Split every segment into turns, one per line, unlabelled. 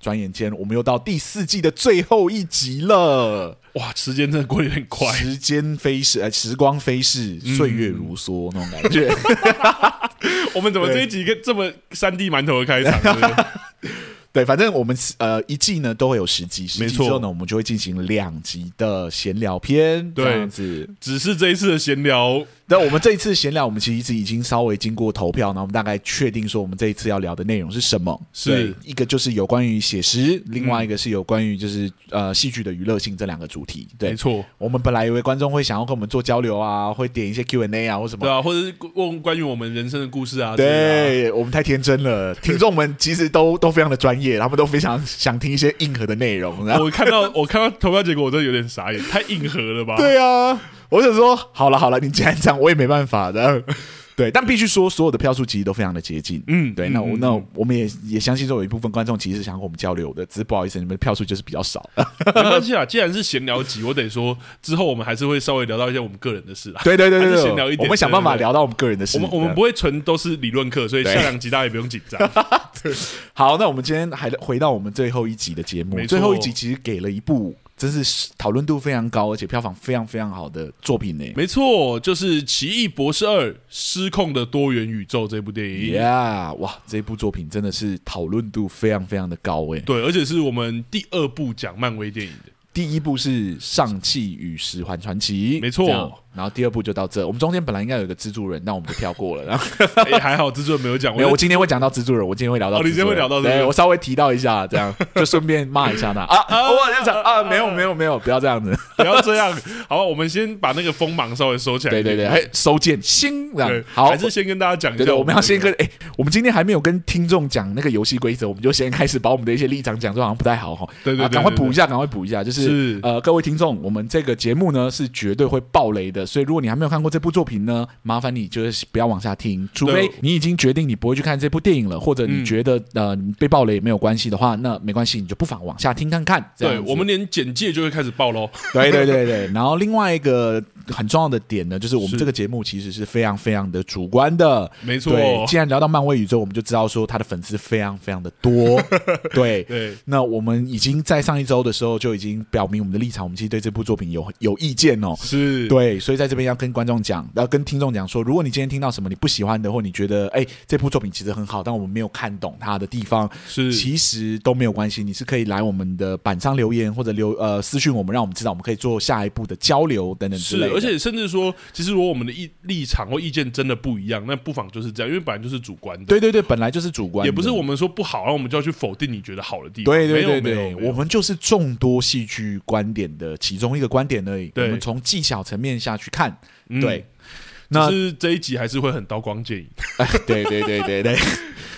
转眼间我们又到第四季的最后一集了。
哇，时间真的过得有点快，嗯
时间飞逝，哎，时光飞逝，岁月如梭、那 种感觉。
我们怎么这一集跟这么三 D 馒头的开场？对不对
对，反正我们呃一季呢都会有十集，十
没
集之
错
后呢，我们就会进行两集的闲聊篇，
对
这样子。
只是这一次的闲聊，
那我们这一次闲聊，我们其实已经稍微经过投票，然后我们大概确定说我们这一次要聊的内容是什么。
是嗯
对一个就是有关于写实，另外一个是有关于就是、呃戏剧的娱乐性这两个主题。对
没，错，
我们本来以为观众会想要跟我们做交流啊，会点一些 Q&A 啊或什么
对。啊，或者是问关于我们人生的故事啊，之类的啊
对我们太天真了，听众们其实都 都非常的专业，他们都非常想听一些硬核的内容。然后
啊我看到 我看到投票结果，我真的有点傻眼，太硬核了吧？，
对啊，我想说，好了好了，你既然这样，我也没办法的。对，但必须说，所有的票数其实都非常的接近。
嗯
对，
嗯
那我
嗯
那我们也也相信说有一部分观众其实是想跟我们交流的，只是不好意思，你们的票数就是比较少。
没关系啊。既然是闲聊集，我得说之后我们还是会稍微聊到一些我们个人的事啦。
对对对对
还
对，
是闲聊一点
我们想办法
对对对
聊到我们个人的事。
我们我们不会纯都是理论课，所以
对
下两集大家也不用紧张。
好，那我们今天还回到我们最后一集的节目
没，错
最后一集其实给了一部真是讨论度非常高，而且票房非常非常好的作品呢。
没错，就是《奇异博士二：失控的多元宇宙》这部电影。
Yeah，哇，这部作品真的是讨论度非常非常的高诶。
对，而且是我们第二部讲漫威电影 的。
第一部是《上汽与十环传奇》，
没错
这样。然后第二部就到这，我们中间本来应该有一个蜘蛛人，但我们就跳过了。然后
也哎还好，蜘蛛人没有讲。
没有，
我
我今天会讲到蜘蛛人，我今天会聊到蜘
哦
蛛人，
你今天会聊到这个
对我稍微提到一下，这样就顺便骂一下他啊。啊我就想啊，没有没有没有，不要这样子。
不要这样，好吧？我们先把那个锋芒稍微收起来。 哎
对对对，还收件心这样
对，
好
还。是先跟大家讲一下。
对对，我们要先
这个
跟哎、我们今天还没有跟听众讲那个游戏规则，我们就先开始把我们的一些立场讲，这好像不太好哈。
对对对
啊赶快
对对
补一下，赶快补一下，就是
是
呃，各位听众，我们这个节目呢是绝对会爆雷的，所以如果你还没有看过这部作品呢，麻烦你就是不要往下听，除非
对
你已经决定你不会去看这部电影了，或者你
嗯
觉得、呃你被爆雷没有关系的话，那没关系，你就不妨往下听看看。这
对，
样子
我们连简介就会开始爆喽。
对对对 对，然后另外一个很重要的点呢，就是我们
是
这个节目其实是非常非常的主观的，
没错
对，既然聊到漫威宇宙，我们就知道说他的粉丝非常非常的 多，对。
对，
那我们已经在上一周的时候就已经表明我们的立场，我们其实对这部作品有有意见哦。
是，
对，所以在这边要跟观众讲，要跟听众讲说，如果你今天听到什么你不喜欢的，或你觉得哎这部作品其实很好，但我们没有看懂它的地方，
是，
其实都没有关系，你是可以来我们的板上留言或者留呃私讯我们，让我们知道，我们可以做下一步的交流等等之
是
类，的。
而且甚至说，其实如果我们的意立场或意见真的不一样，那不妨就是这样，因为本来就是主观的，
对对对，本来就是主观的，
也不是我们说不好，然后我们就要去否定你觉得好的地方。
对
没
对
有
对
没有
对，
没有
我们就是众多戏剧观点的其中一个观点而已。我
对
们从技巧层面下去看，
嗯
对，那
只是这一集还是会很刀光剑影。
哎，对对对对 对。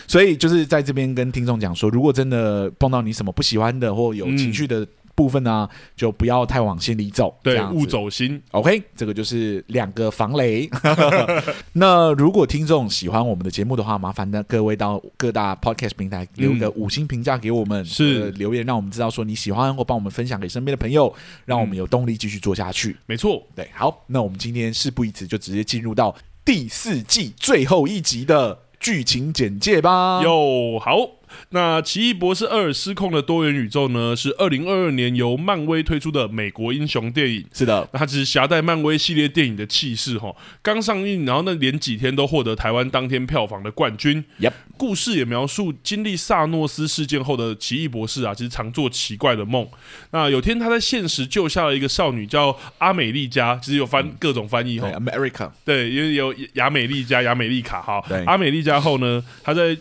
所以就是在这边跟听众讲说，如果真的碰到你什么不喜欢的或有
嗯
情绪的部分呢、就不要太往心里走，这
对，
样子
勿走心。
OK，这个就是两个防雷。 那如果听众喜欢我们的节目的话，麻烦呢各位到各大 Podcast 平台留个五星评价给我们，
是
呃留言让我们知道说你喜欢，或帮我们分享给身边的朋友，让我们有动力继续做下去。
没错，
对，好，那我们今天事不宜迟，就直接进入到第四季最后一集的剧情简介吧。
哟，好。那《奇异博士二：失控的多元宇宙》呢，是二零二二年由漫威推出的美国英雄电影。
是的，
那它其实携带漫威系列电影的气势，哈，刚上映，然后那连几天都获得台湾当天票房的冠军。
Yep
故事也描述经历萨诺斯事件后的奇异博士啊，其实常做奇怪的梦。那有天他在现实救下了一个少女叫阿美丽加，其实有翻各种翻译哈
对，，America，
对，因为有亚美利加、亚美利卡哈
对，
阿美利加后呢，他在。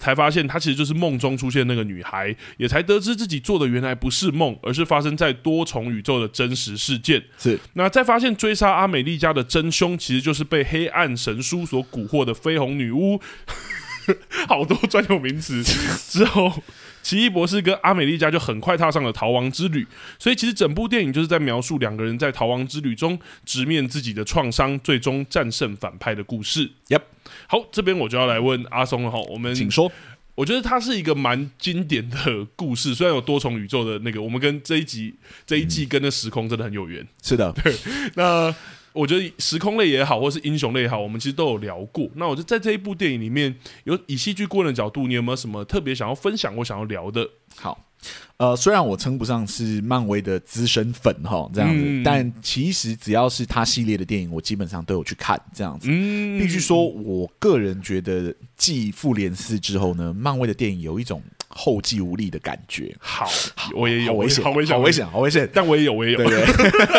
才发现，她其实就是梦中出现那个女孩，也才得知自己做的原来不是梦，而是发生在多重宇宙的真实事件。
是
那再发现追杀阿美利加的真凶，其实就是被黑暗神书所 蛊惑的绯红女巫。好多专有名词之后，奇异博士跟阿美利加就很快踏上了逃亡之旅。所以其实整部电影就是在描述两个人在逃亡之旅中直面自己的创伤，最终战胜反派的故事。
Yep
好，这边我就要来问阿松了哈，我们
请说。
我觉得它是一个蛮经典的故事，虽然有多重宇宙的那个，我们跟这一集这一季跟那时空真的很有缘。
是的，
那我觉得时空类也好，或是英雄类也好，我们其实都有聊过。那我就在这一部电影里面，有以戏剧顾问的角度，你有没有什么特别想要分享或想要聊的？
好。呃，虽然我称不上是漫威的资深粉哈，这样子，
嗯
但其实只要是他系列的电影，我基本上都有去看，这样子。
嗯，
必须说，我个人觉得继《复联四》之后呢，漫威的电影有一种后继无力的感觉。
好，我也有，
好危险，
哎好危险，
好危，险，好危险！
但我也有，我也有
对，对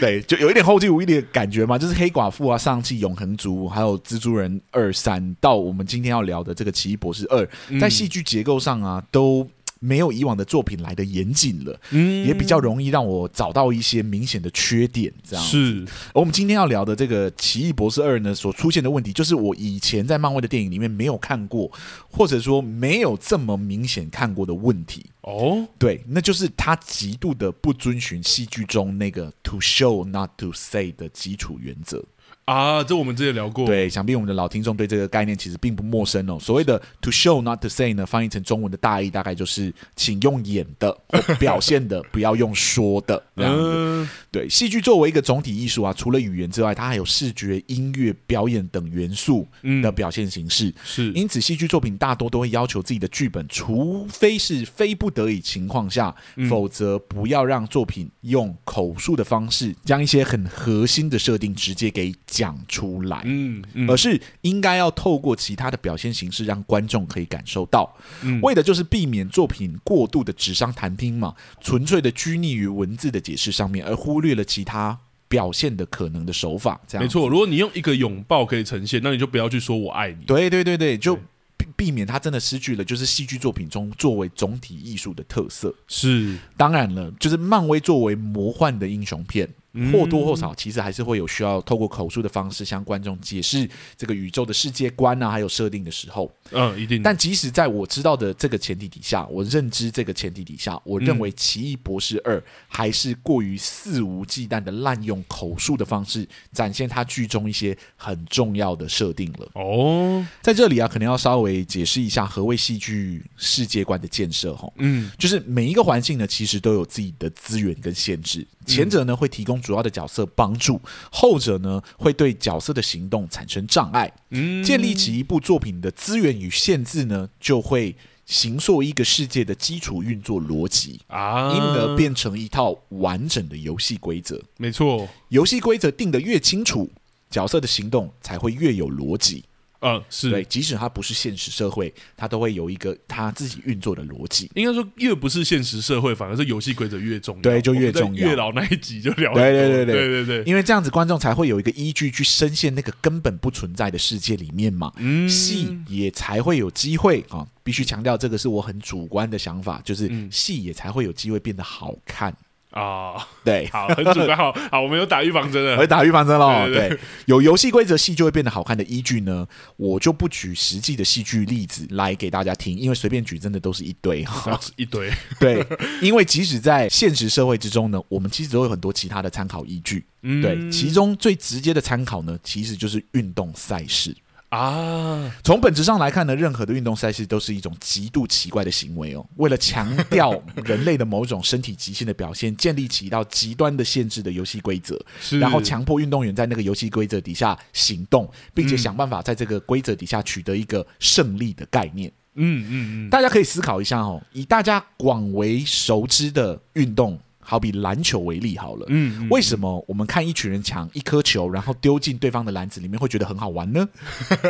对， 就有一点后继无力的感觉嘛，就是黑寡妇啊、上汽永恒族，还有蜘蛛人二三，到我们今天要聊的这个奇异博士二，
嗯
在戏剧结构上啊，都没有以往的作品来的严谨了，
嗯
也比较容易让我找到一些明显的缺点。这样，
是
而我们今天要聊的这个《奇异博士二》呢，所出现的问题，就是我以前在漫威的电影里面没有看过，或者说没有这么明显看过的问题。
哦，
对，那就是他极度的不遵循戏剧中那个 “to show not to say” 的基础原则。
啊，这我们之前聊过，
对，想必我们的老听众对这个概念其实并不陌生哦。所谓的 “to show not to say” 呢，翻译成中文的大意大概就是，请用演的、或表现的，不要用说的这样子。
嗯，
对，戏剧作为一个总体艺术啊，除了语言之外，它还有视觉、音乐、表演等元素
嗯
的表现形式。
是
因此，戏剧作品大多都会要求自己的剧本，除非是非不得已情况下，
嗯
否则不要让作品用口述的方式将一些很核心的设定直接给讲出来。
嗯嗯
而呃是应该要透过其他的表现形式，让观众可以感受到，
嗯
为的就是避免作品过度的指商谈兵嘛，纯粹的拘泥于文字的解释上面，而忽略了其他表现的可能的手法。这样
没错，如果你用一个拥抱可以呈现，那你就不要去说我爱你。
对对对对，就避避免它真的失去了就是戏剧作品中作为总体艺术的特色。
是，
当然了，就是漫威作为魔幻的英雄片，或多或少其实还是会有需要透过口述的方式向观众解释这个宇宙的世界观啊，还有设定的时候。
嗯，一定的。
但即使在我知道的这个前提底下，我认知这个前提底下，我认为《奇异博士二》还是过于肆无忌惮的滥用口述的方式展现它剧中一些很重要的设定了。
哦，
在这里啊，可能要稍微解释一下何谓戏剧世界观的建设哈。
嗯，
就是每一个环境呢，其实都有自己的资源跟限制。前者呢会提供主要的角色帮助，后者呢会对角色的行动产生障碍。
嗯
建立起一部作品的资源与限制呢，就会形塑一个世界的基础运作逻辑，
啊，
因而变成一套完整的游戏规则。
没错，
游戏规则定得越清楚，角色的行动才会越有逻辑。
嗯，是
对，，即使它不是现实社会，它都会有一个它自己运作的逻辑。
应该说越不是现实社会，反而是游戏规则越重要，
对就越
我们在
重要
月老那一集就聊很多，
对对对对
对对对，
因为这样子，观众才会有一个依据去深陷那个根本不存在的世界里面嘛，
嗯
戏也才会有机会啊！必须强调，这个是我很主观的想法，就是
嗯
戏也才会有机会变得好看。
啊，
对，
好，很主观， 好好，我们有打预防针
我
了，
打预防针喽。
对对
对，有游戏规则，戏就会变得好看的依据呢，我就不举实际的戏剧例子来给大家听，因为随便举真的都是一 堆哈。
然后一堆，
对，因为即使在现实社会之中呢，我们其实都有很多其他的参考依据。
嗯
对，其中最直接的参考呢，其实就是运动赛事。
啊，
从本质上来看呢，任何的运动赛事都是一种极度奇怪的行为哦。为了强 调人类的某种身体极限的表现，建立起一道极端的限制的游戏规则，
是，
然后强迫运动员在那个游戏规则底下行动，并
嗯
且想办法在这个规则底下取得一个胜利的概念。
嗯嗯嗯，
大家可以思考一下哦，以大家广为熟知的运动，好比篮球为例好了。
嗯，嗯
为什么我们看一群人抢一颗球，然后丢进对方的篮子里面，会觉得很好玩呢？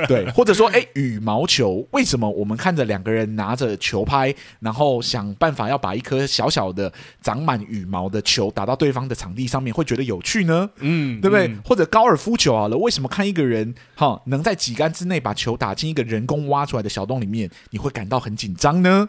对，或者说，哎，羽毛球，为什么我们看着两个人拿着球拍，然后想办法要把一颗小小的长满羽毛的球打到对方的场地上面，会觉得有趣呢？
嗯，
对不对？
嗯？
或者高尔夫球好了，为什么看一个人哈能在几杆之内把球打进一个人工挖出来的小洞里面，你会感到很紧张呢？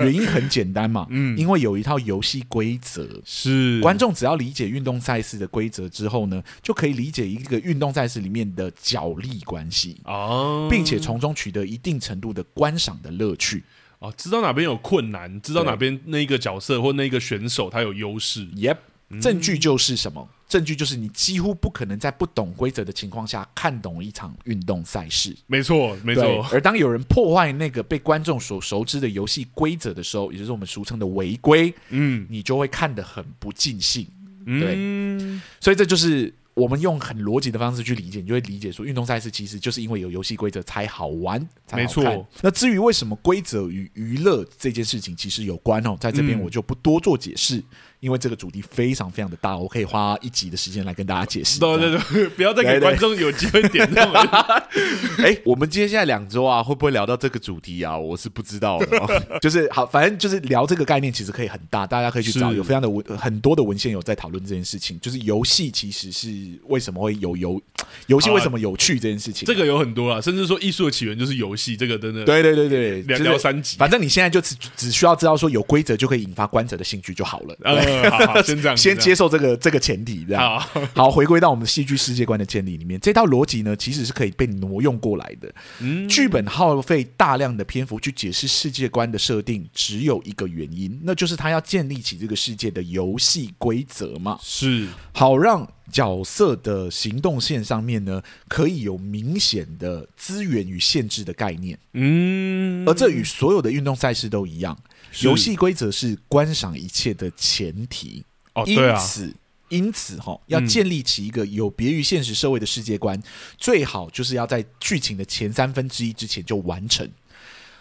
原因很简单嘛，嗯，因为有一套游戏规则。
是
观众只要理解运动赛事的规则之后呢，就可以理解一个运动赛事里面的角力关系，
啊，
并且从中取得一定程度的观赏的乐趣。
哦，知道哪边有困难，知道
对
哪边那一个角色或那一个选手他有优势，
Yep，证嗯据就是什么？证据就是你几乎不可能在不懂规则的情况下看懂一场运动赛事。
没错，没
对
错，
而当有人破坏那个被观众所熟知的游戏规则的时候，也就是我们俗称的违规，
嗯
你就会看得很不尽兴。
嗯，
所以这就是我们用很逻辑的方式去理解，你就会理解说，运动赛事其实就是因为有游戏规则才好玩，才好
没错
看。那至于为什么规则与娱乐这件事情其实有关哦，在这边
嗯
我就不多做解释，因为这个主题非常非常的大，我可以花一集的时间来跟大家解释。
对对对，不要再
对对
给观众有机会点到 了。
哎，我们接下来两周啊，会不会聊到这个主题啊？我是不知道的哦。
就是好，反正就是聊这个概念，其实可以很大，大家可以去找，
是
有非常的文很多的文献有在讨论这件事情，就是游戏其实是为什么会有游游戏为什么有趣这件事情。啊
这个有很多啦，啊甚至说艺术的起源就是游戏，这个真的
对对对对，
聊
就是
聊三集
反正你现在就只只需要知道说有规则就可以引发观者的兴趣就好了。
呃，好好，先 这样，
先
这
接
样
受这个这个前提，这样
好，
好回归到我们戏剧世界观的建立里面，这套逻辑呢，其实是可以被挪用过来的。
嗯
剧本耗费大量的篇幅去解释世界观的设定，只有一个原因，那就是他要建立起这个世界的游戏规则嘛，
是
好让角色的行动线上面呢，可以有明显的资源与限制的概念。
嗯
而这与所有的运动赛事都一样，
是
游戏规则是观赏一切的前提。
哦，
因
对啊，嗯
此，因此哈，要建立起一个有别于现实社会的世界观，最好就是要在剧情的前三分之一之前就完成。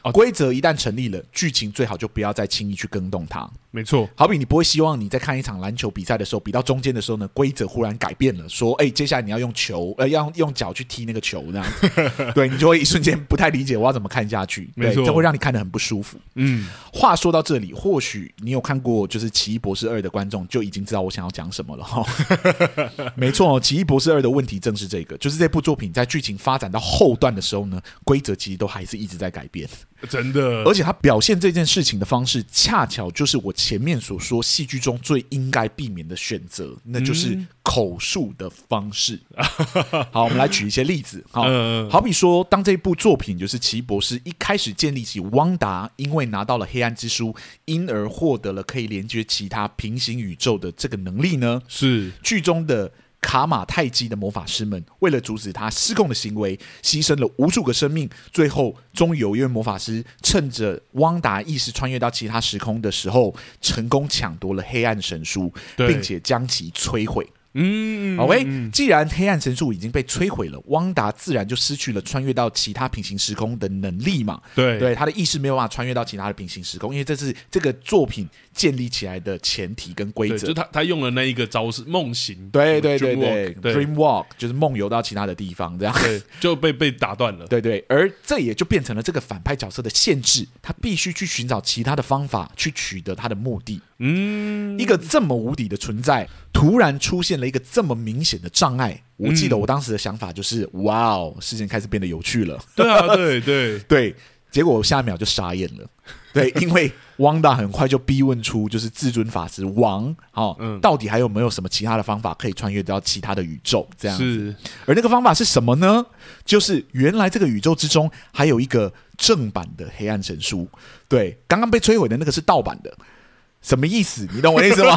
哦
规则一旦成立了，剧情最好就不要再轻易去更动它。
没错，
好比你不会希望你在看一场篮球比赛的时候，比到中间的时候呢，规则忽然改变了，说，哎、接下来你要用球，呃，要用用脚去踢那个球，那样 子，对你就会一瞬间不太理解我要怎么看下去，
没
对，
错
这会让你看得很不舒服。
嗯，
话说到这里，或许你有看过就是《奇异博士二》的观众就已经知道我想要讲什么了哈。 没错哦，《奇异博士二》的问题正是这个，就是这部作品在剧情发展到后段的时候呢，规则其实都还是一直在改变，
真的，
而且它表现这件事情的方式，恰巧就是我前面所说戏剧中最应该避免的选择，那就是口述的方式。好，我们来举一些例子。好，
嗯
好比说，当这部作品就是《奇异博士》一开始建立起汪达，因为拿到了黑暗之书，因而获得了可以连接其他平行宇宙的这个能力呢？
是
剧中的卡马泰基的魔法师们，为了阻止他失控的行为，牺牲了无数个生命。最后，终于有一位魔法师趁着汪达意识穿越到其他时空的时候，成功抢夺了黑暗神书，
对
并且将其摧毁。
嗯
OK，既然黑暗神树已经被摧毁了，汪达自然就失去了穿越到其他平行时空的能力嘛。
对
对，他的意识没有办法穿越到其他的平行时空，因为这是这个作品建立起来的前提跟规
对，
则
就。他他用了那一个招式梦行，
对对对
dream
对
walk，对
，Dream Walk 就是梦游到其他的地方，这样。
对，就被被打断了，
对对，而这也就变成了这个反派角色的限制，他必须去寻找其他的方法去取得他的目的。
嗯，
一个这么无敌的存在，突然出现了一个这么明显的障碍。我记
嗯
得我当时的想法就是，哇哦，事情开始变得有趣了。
对啊，对对，
对，结果我下一秒就傻眼了。对，因为汪达很快就逼问出，就是至尊法师王，哦，
嗯
到底还有没有什么其他的方法可以穿越到其他的宇宙？这样，
是
而那个方法是什么呢？就是原来这个宇宙之中还有一个正版的黑暗神书，对，刚刚被摧毁的那个是盗版的，什么意思？你懂我的意思吗？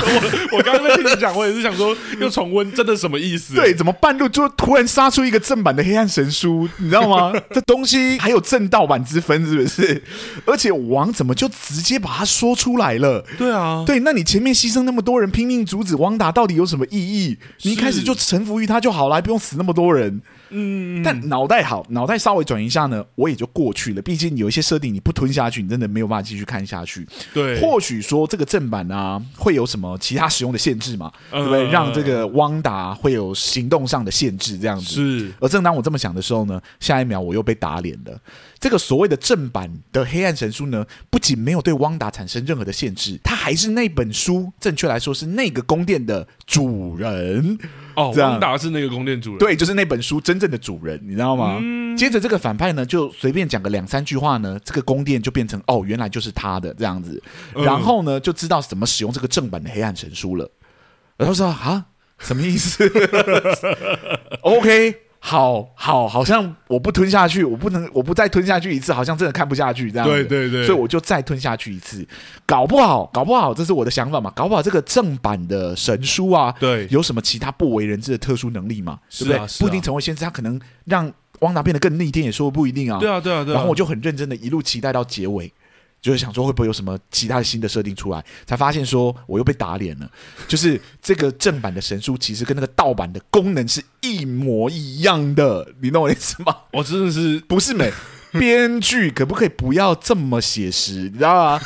我刚刚在听你讲，我也是想说，又重温真的什么意思？
对，，怎么半路就突然杀出一个正版的黑暗神书，你知道吗？这东西还有正盗版之分，是不是？而且王怎么就直接把它说出来了？
对啊，
对，那你前面牺牲那么多人，拼命阻止汪达，到底有什么意义？你一开始就臣服于他就好了，还不用死那么多人。嗯，但脑袋好，脑袋稍微转一下呢，我也就过去了。毕竟有一些设定你不吞下去，你真的没有办法继续看下去。
对，
或许说这个正版啊，会有什么其他使用的限制嘛？
嗯
对不对？让这个汪达会有行动上的限制，这样子。
是
而正当我这么想的时候呢，下一秒我又被打脸了。这个所谓的正版的《黑暗神书》呢，不仅没有对汪达产生任何的限制，它还是那本书，正确来说是那个宫殿的主人。
哦，
这样
汪达是那个宫殿主人，
对，就是那本书真正的主人，你知道吗？
嗯
接着这个反派呢，就随便讲个两三句话呢，这个宫殿就变成哦，原来就是他的这样子，
嗯
然后呢，就知道怎么使用这个正版的黑暗神书了。然后说啊，什么意思 ？OK。好好好像我不吞下去，我不能我不再吞下去一次，好像真的看不下去这样子。
对对对
所以我就再吞下去一次，搞不好搞不好这是我的想法嘛，搞不好这个正版的神书啊，
对
有什么其他不为人知的特殊能力嘛？
是
对
啊
不对？
是啊
不一定成为先知，他可能让汪达变得更逆天，也说不一定啊。
对啊，对啊，对啊。
然后我就很认真的一路期待到结尾，就是想说会不会有什么其他的新的设定出来，才发现说我又被打脸了。 就是这个正版的神书其实跟那个盗版的功能是一模一样的，你懂我意思吗？
我真的是
不是美。编剧可不可以不要这么写实？你知道吗？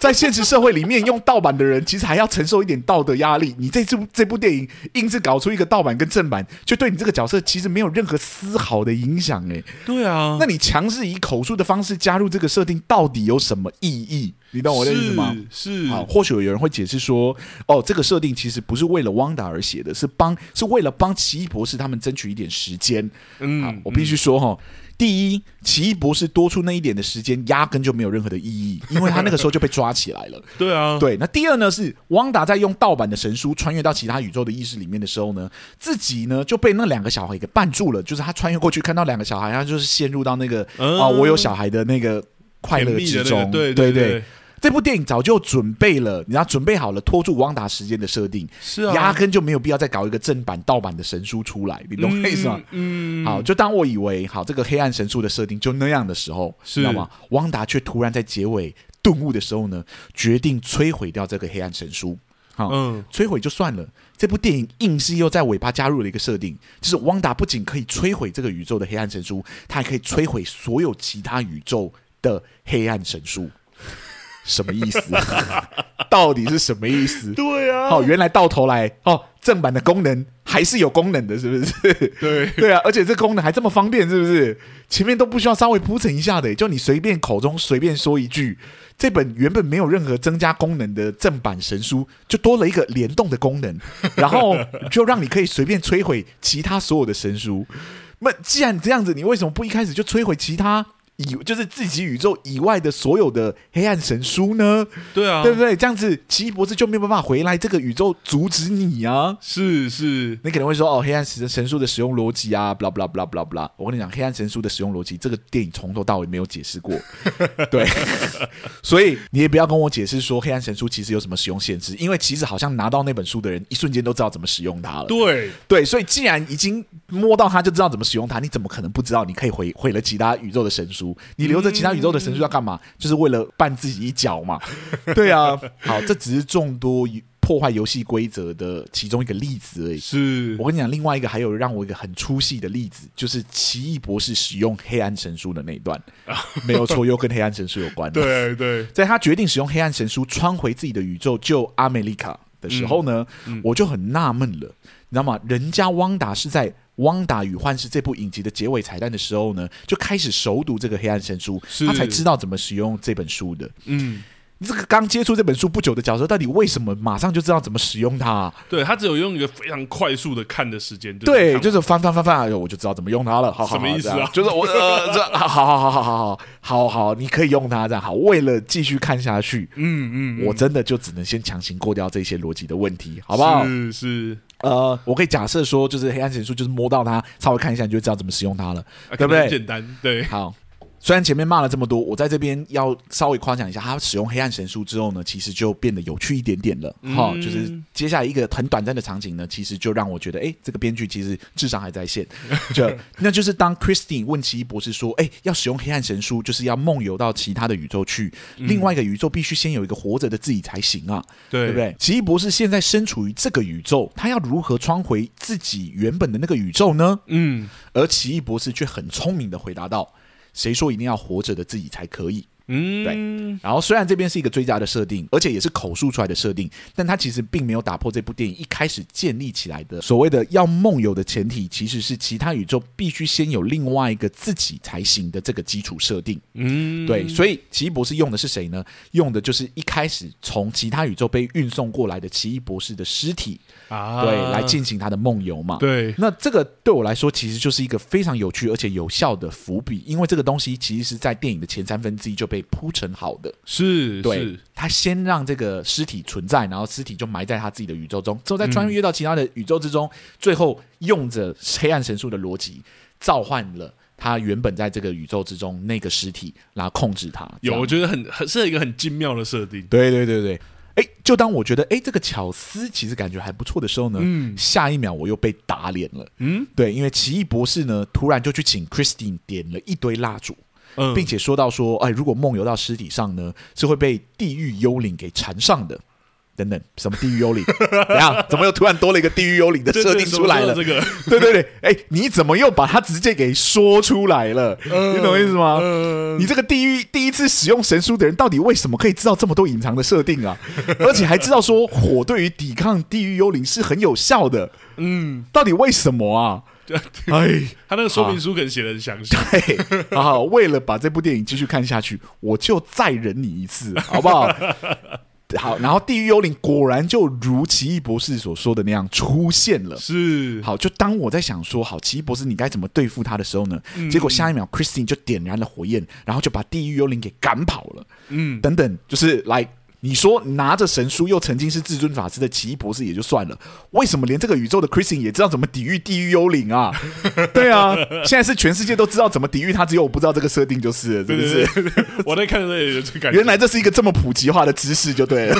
在现实社会里面，用盗版的人其实还要承受一点道德压力。你这部这部电影硬是搞出一个盗版跟正版，就对你这个角色其实没有任何丝毫的影响、欸。
对啊，
那你强制以口述的方式加入这个设定，到底有什么意义？你懂我的意思吗？
是
好，或许有人会解释说，哦，这个设定其实不是为了汪达而写的，是帮是为了帮奇异博士他们争取一点时间。好
嗯，
我必须说哈、第一，奇异博士多出那一点的时间，压根就没有任何的意 义，因为他那个时候就被抓起来了。
对啊，
对，那第二呢是汪达在用盗版的神书穿越到其他宇宙的意识里面的时候呢，自己呢就被那两个小孩给绊住了，就是他穿越过去看到两个小孩，他就是陷入到那个啊、
嗯
我有小孩的那个快
甜
乐
蜜的
之
那
中，
个，对
对
对，
这部电影早就准备了，你要准备好了拖住汪达时间的设定，
是啊，
压根就没有必要再搞一个正版盗版的神书出来，你懂我意思吗？
嗯，嗯
好，，就当我以为好这个黑暗神树的设定就那样的时候，
是
你知道吗？汪达却突然在结尾顿悟的时候呢，决定摧毁掉这个黑暗神书。好，
嗯，
摧毁就算了，这部电影硬是又在尾巴加入了一个设定，就是汪达不仅可以摧毁这个宇宙的黑暗神书，它还可以摧毁所有其他宇宙的黑暗神书。什么意思？ 到底是什么意思？
对啊，
哦，原来到头来哦，正版的功能还是有功能的，是不是？
对，
对啊，而且这功能还这么方便，是不是？前面都不需要稍微铺陈一下的，就你随便口中随便说一句，这本原本没有任何增加功能的正版神书，就多了一个联动的功能，然后就让你可以随便摧毁其他所有的神书。那既然这样子，你为什么不一开始就摧毁其他以就是自己宇宙以外的所有的黑暗神书呢？
对啊，
对不对？这样子，奇异博士就没有办法回来这个宇宙阻止你啊！
是是，
你可能会说哦，黑暗神神术的使用逻辑啊，blah blah blah blah blah。我跟你讲，黑暗神术的使用逻辑，这个电影从头到尾没有解释过。对，所以你也不要跟我解释说黑暗神术其实有什么使用限制，因为其实好像拿到那本书的人，一瞬间都知道怎么使用它了。
对，
对，所以既然已经摸到它，就知道怎么使用它，你怎么可能不知道？你可以毁毁了其他宇宙的神书，你留着其他宇宙的神书要干嘛？就是为了绊自己一脚嘛。对啊，好，这只是众多破坏游戏规则的其中一个例子而已。
是
我跟你讲，另外一个还有让我一个很出戏的例子，就是奇异博士使用黑暗神书的那一段，没有错，又跟黑暗神书有关。，
啊对对，
在他决定使用黑暗神书穿回自己的宇宙救阿美丽卡的时候呢，
嗯
我就很纳闷了，你知道吗？人家汪达是在《汪达与幻视》这部影集的结尾彩蛋的时候呢，就开始熟读这个黑暗神书，
是
他才知道怎么使用这本书的。
嗯，
这个刚接触这本书不久的角色，到底为什么马上就知道怎么使用它啊、
对他只有用一个非常快速的看的时间，
对，就是是翻翻翻翻，哎呦，我就知道怎么用它了。好好好
什么意思啊
这样就是我呃，这好好好好好好好好，你可以用它这样好。为了继续看下去，
看，嗯嗯嗯，
我真的就只能先强行过掉这些逻辑的问题，好不好？
是是，
呃，我可以假设说，就是黑暗神术，就是摸到它，稍微看一下，你就知道怎么使用它了，
啊
对
可
不
能很
对？
简单，对，
好，虽然前面骂了这么多，我在这边要稍微夸奖一下，他使用黑暗神术之后呢，其实就变得有趣一点点了。哈、
嗯
就是接下来一个很短暂的场景呢，其实就让我觉得，哎、这个编剧其实智商还在线。就那就是当 Christine 问奇异博士说，哎、要使用黑暗神术，就是要梦游到其他的宇宙去，另外一个宇宙必须先有一个活着的自己才行啊。
对
对不？对？奇异博士现在身处于这个宇宙，他要如何穿回自己原本的那个宇宙呢？
嗯
而奇异博士却很聪明的回答道：“谁说一定要活着的自己才可以？”
嗯，
然后虽然这边是一个追加的设定，而且也是口述出来的设定，但它其实并没有打破这部电影一开始建立起来的所谓的要梦游的前提，其实是其他宇宙必须先有另外一个自己才行的这个基础设定。
嗯，
对，所以奇异博士用的是谁呢？用的就是一开始从其他宇宙被运送过来的奇异博士的尸体，
啊，
对，来进行他的梦游嘛。
对，
那这个对我来说，其实就是一个非常有趣而且有效的伏笔，因为这个东西其实是在电影的前三分之一就被铺陈好的。
是
对
是，，
他先让这个尸体存在，然后尸体就埋在他自己的宇宙中，之后再穿越到其他的宇宙之中，最后用着黑暗神术的逻辑，召唤了他原本在这个宇宙之中那个尸体，然后控制他。这
有，
样
我觉得很很是一个很精妙的设定。
对对对对，哎，就当我觉得哎这个巧思其实感觉还不错的时候呢，
嗯
下一秒我又被打脸了。
嗯
对，因为奇异博士呢，突然就去请 Christine 点了一堆蜡烛，
嗯，
并且说到说，哎，如果梦游到尸体上呢，是会被地狱幽灵给缠上的。等等，什么地狱幽灵？ 等一下，怎么又突然多了一个地狱幽灵的
对
设定
对
出来了
怎么？说到
对对对，哎、你怎么又把它直接给说出来了？你懂我意思吗？
这个，
你这个地狱第一次使用神书的人，到底为什么可以知道这么多隐藏的设定啊？而且还知道说火对于抵抗地狱幽灵是很有效的，
嗯，
到底为什么啊？哎，
他那个说明书可能写的很详细。
嘿，好好，为了把这部电影继续看下去，我就再忍你一次，好不好？好，然后地狱幽灵果然就如奇异博士所说的那样出现了。
是，
好，就当我在想说，好，奇异博士你该怎么对付他的时候呢？
嗯
结果下一秒，Christine 就点燃了火焰，然后就把地狱幽灵给赶跑了。
嗯，
等等，就是来。你说拿着神书又曾经是至尊法师的奇异博士也就算了，为什么连这个宇宙的 Christine 也知道怎么抵御地狱幽灵 啊？对啊，现在是全世界都知道怎么抵御它，只有我不知道这个设定就是了，是
对
不是？
对对对，我在看这有这感觉，
原来这是一个这么普及化的知识就对 了。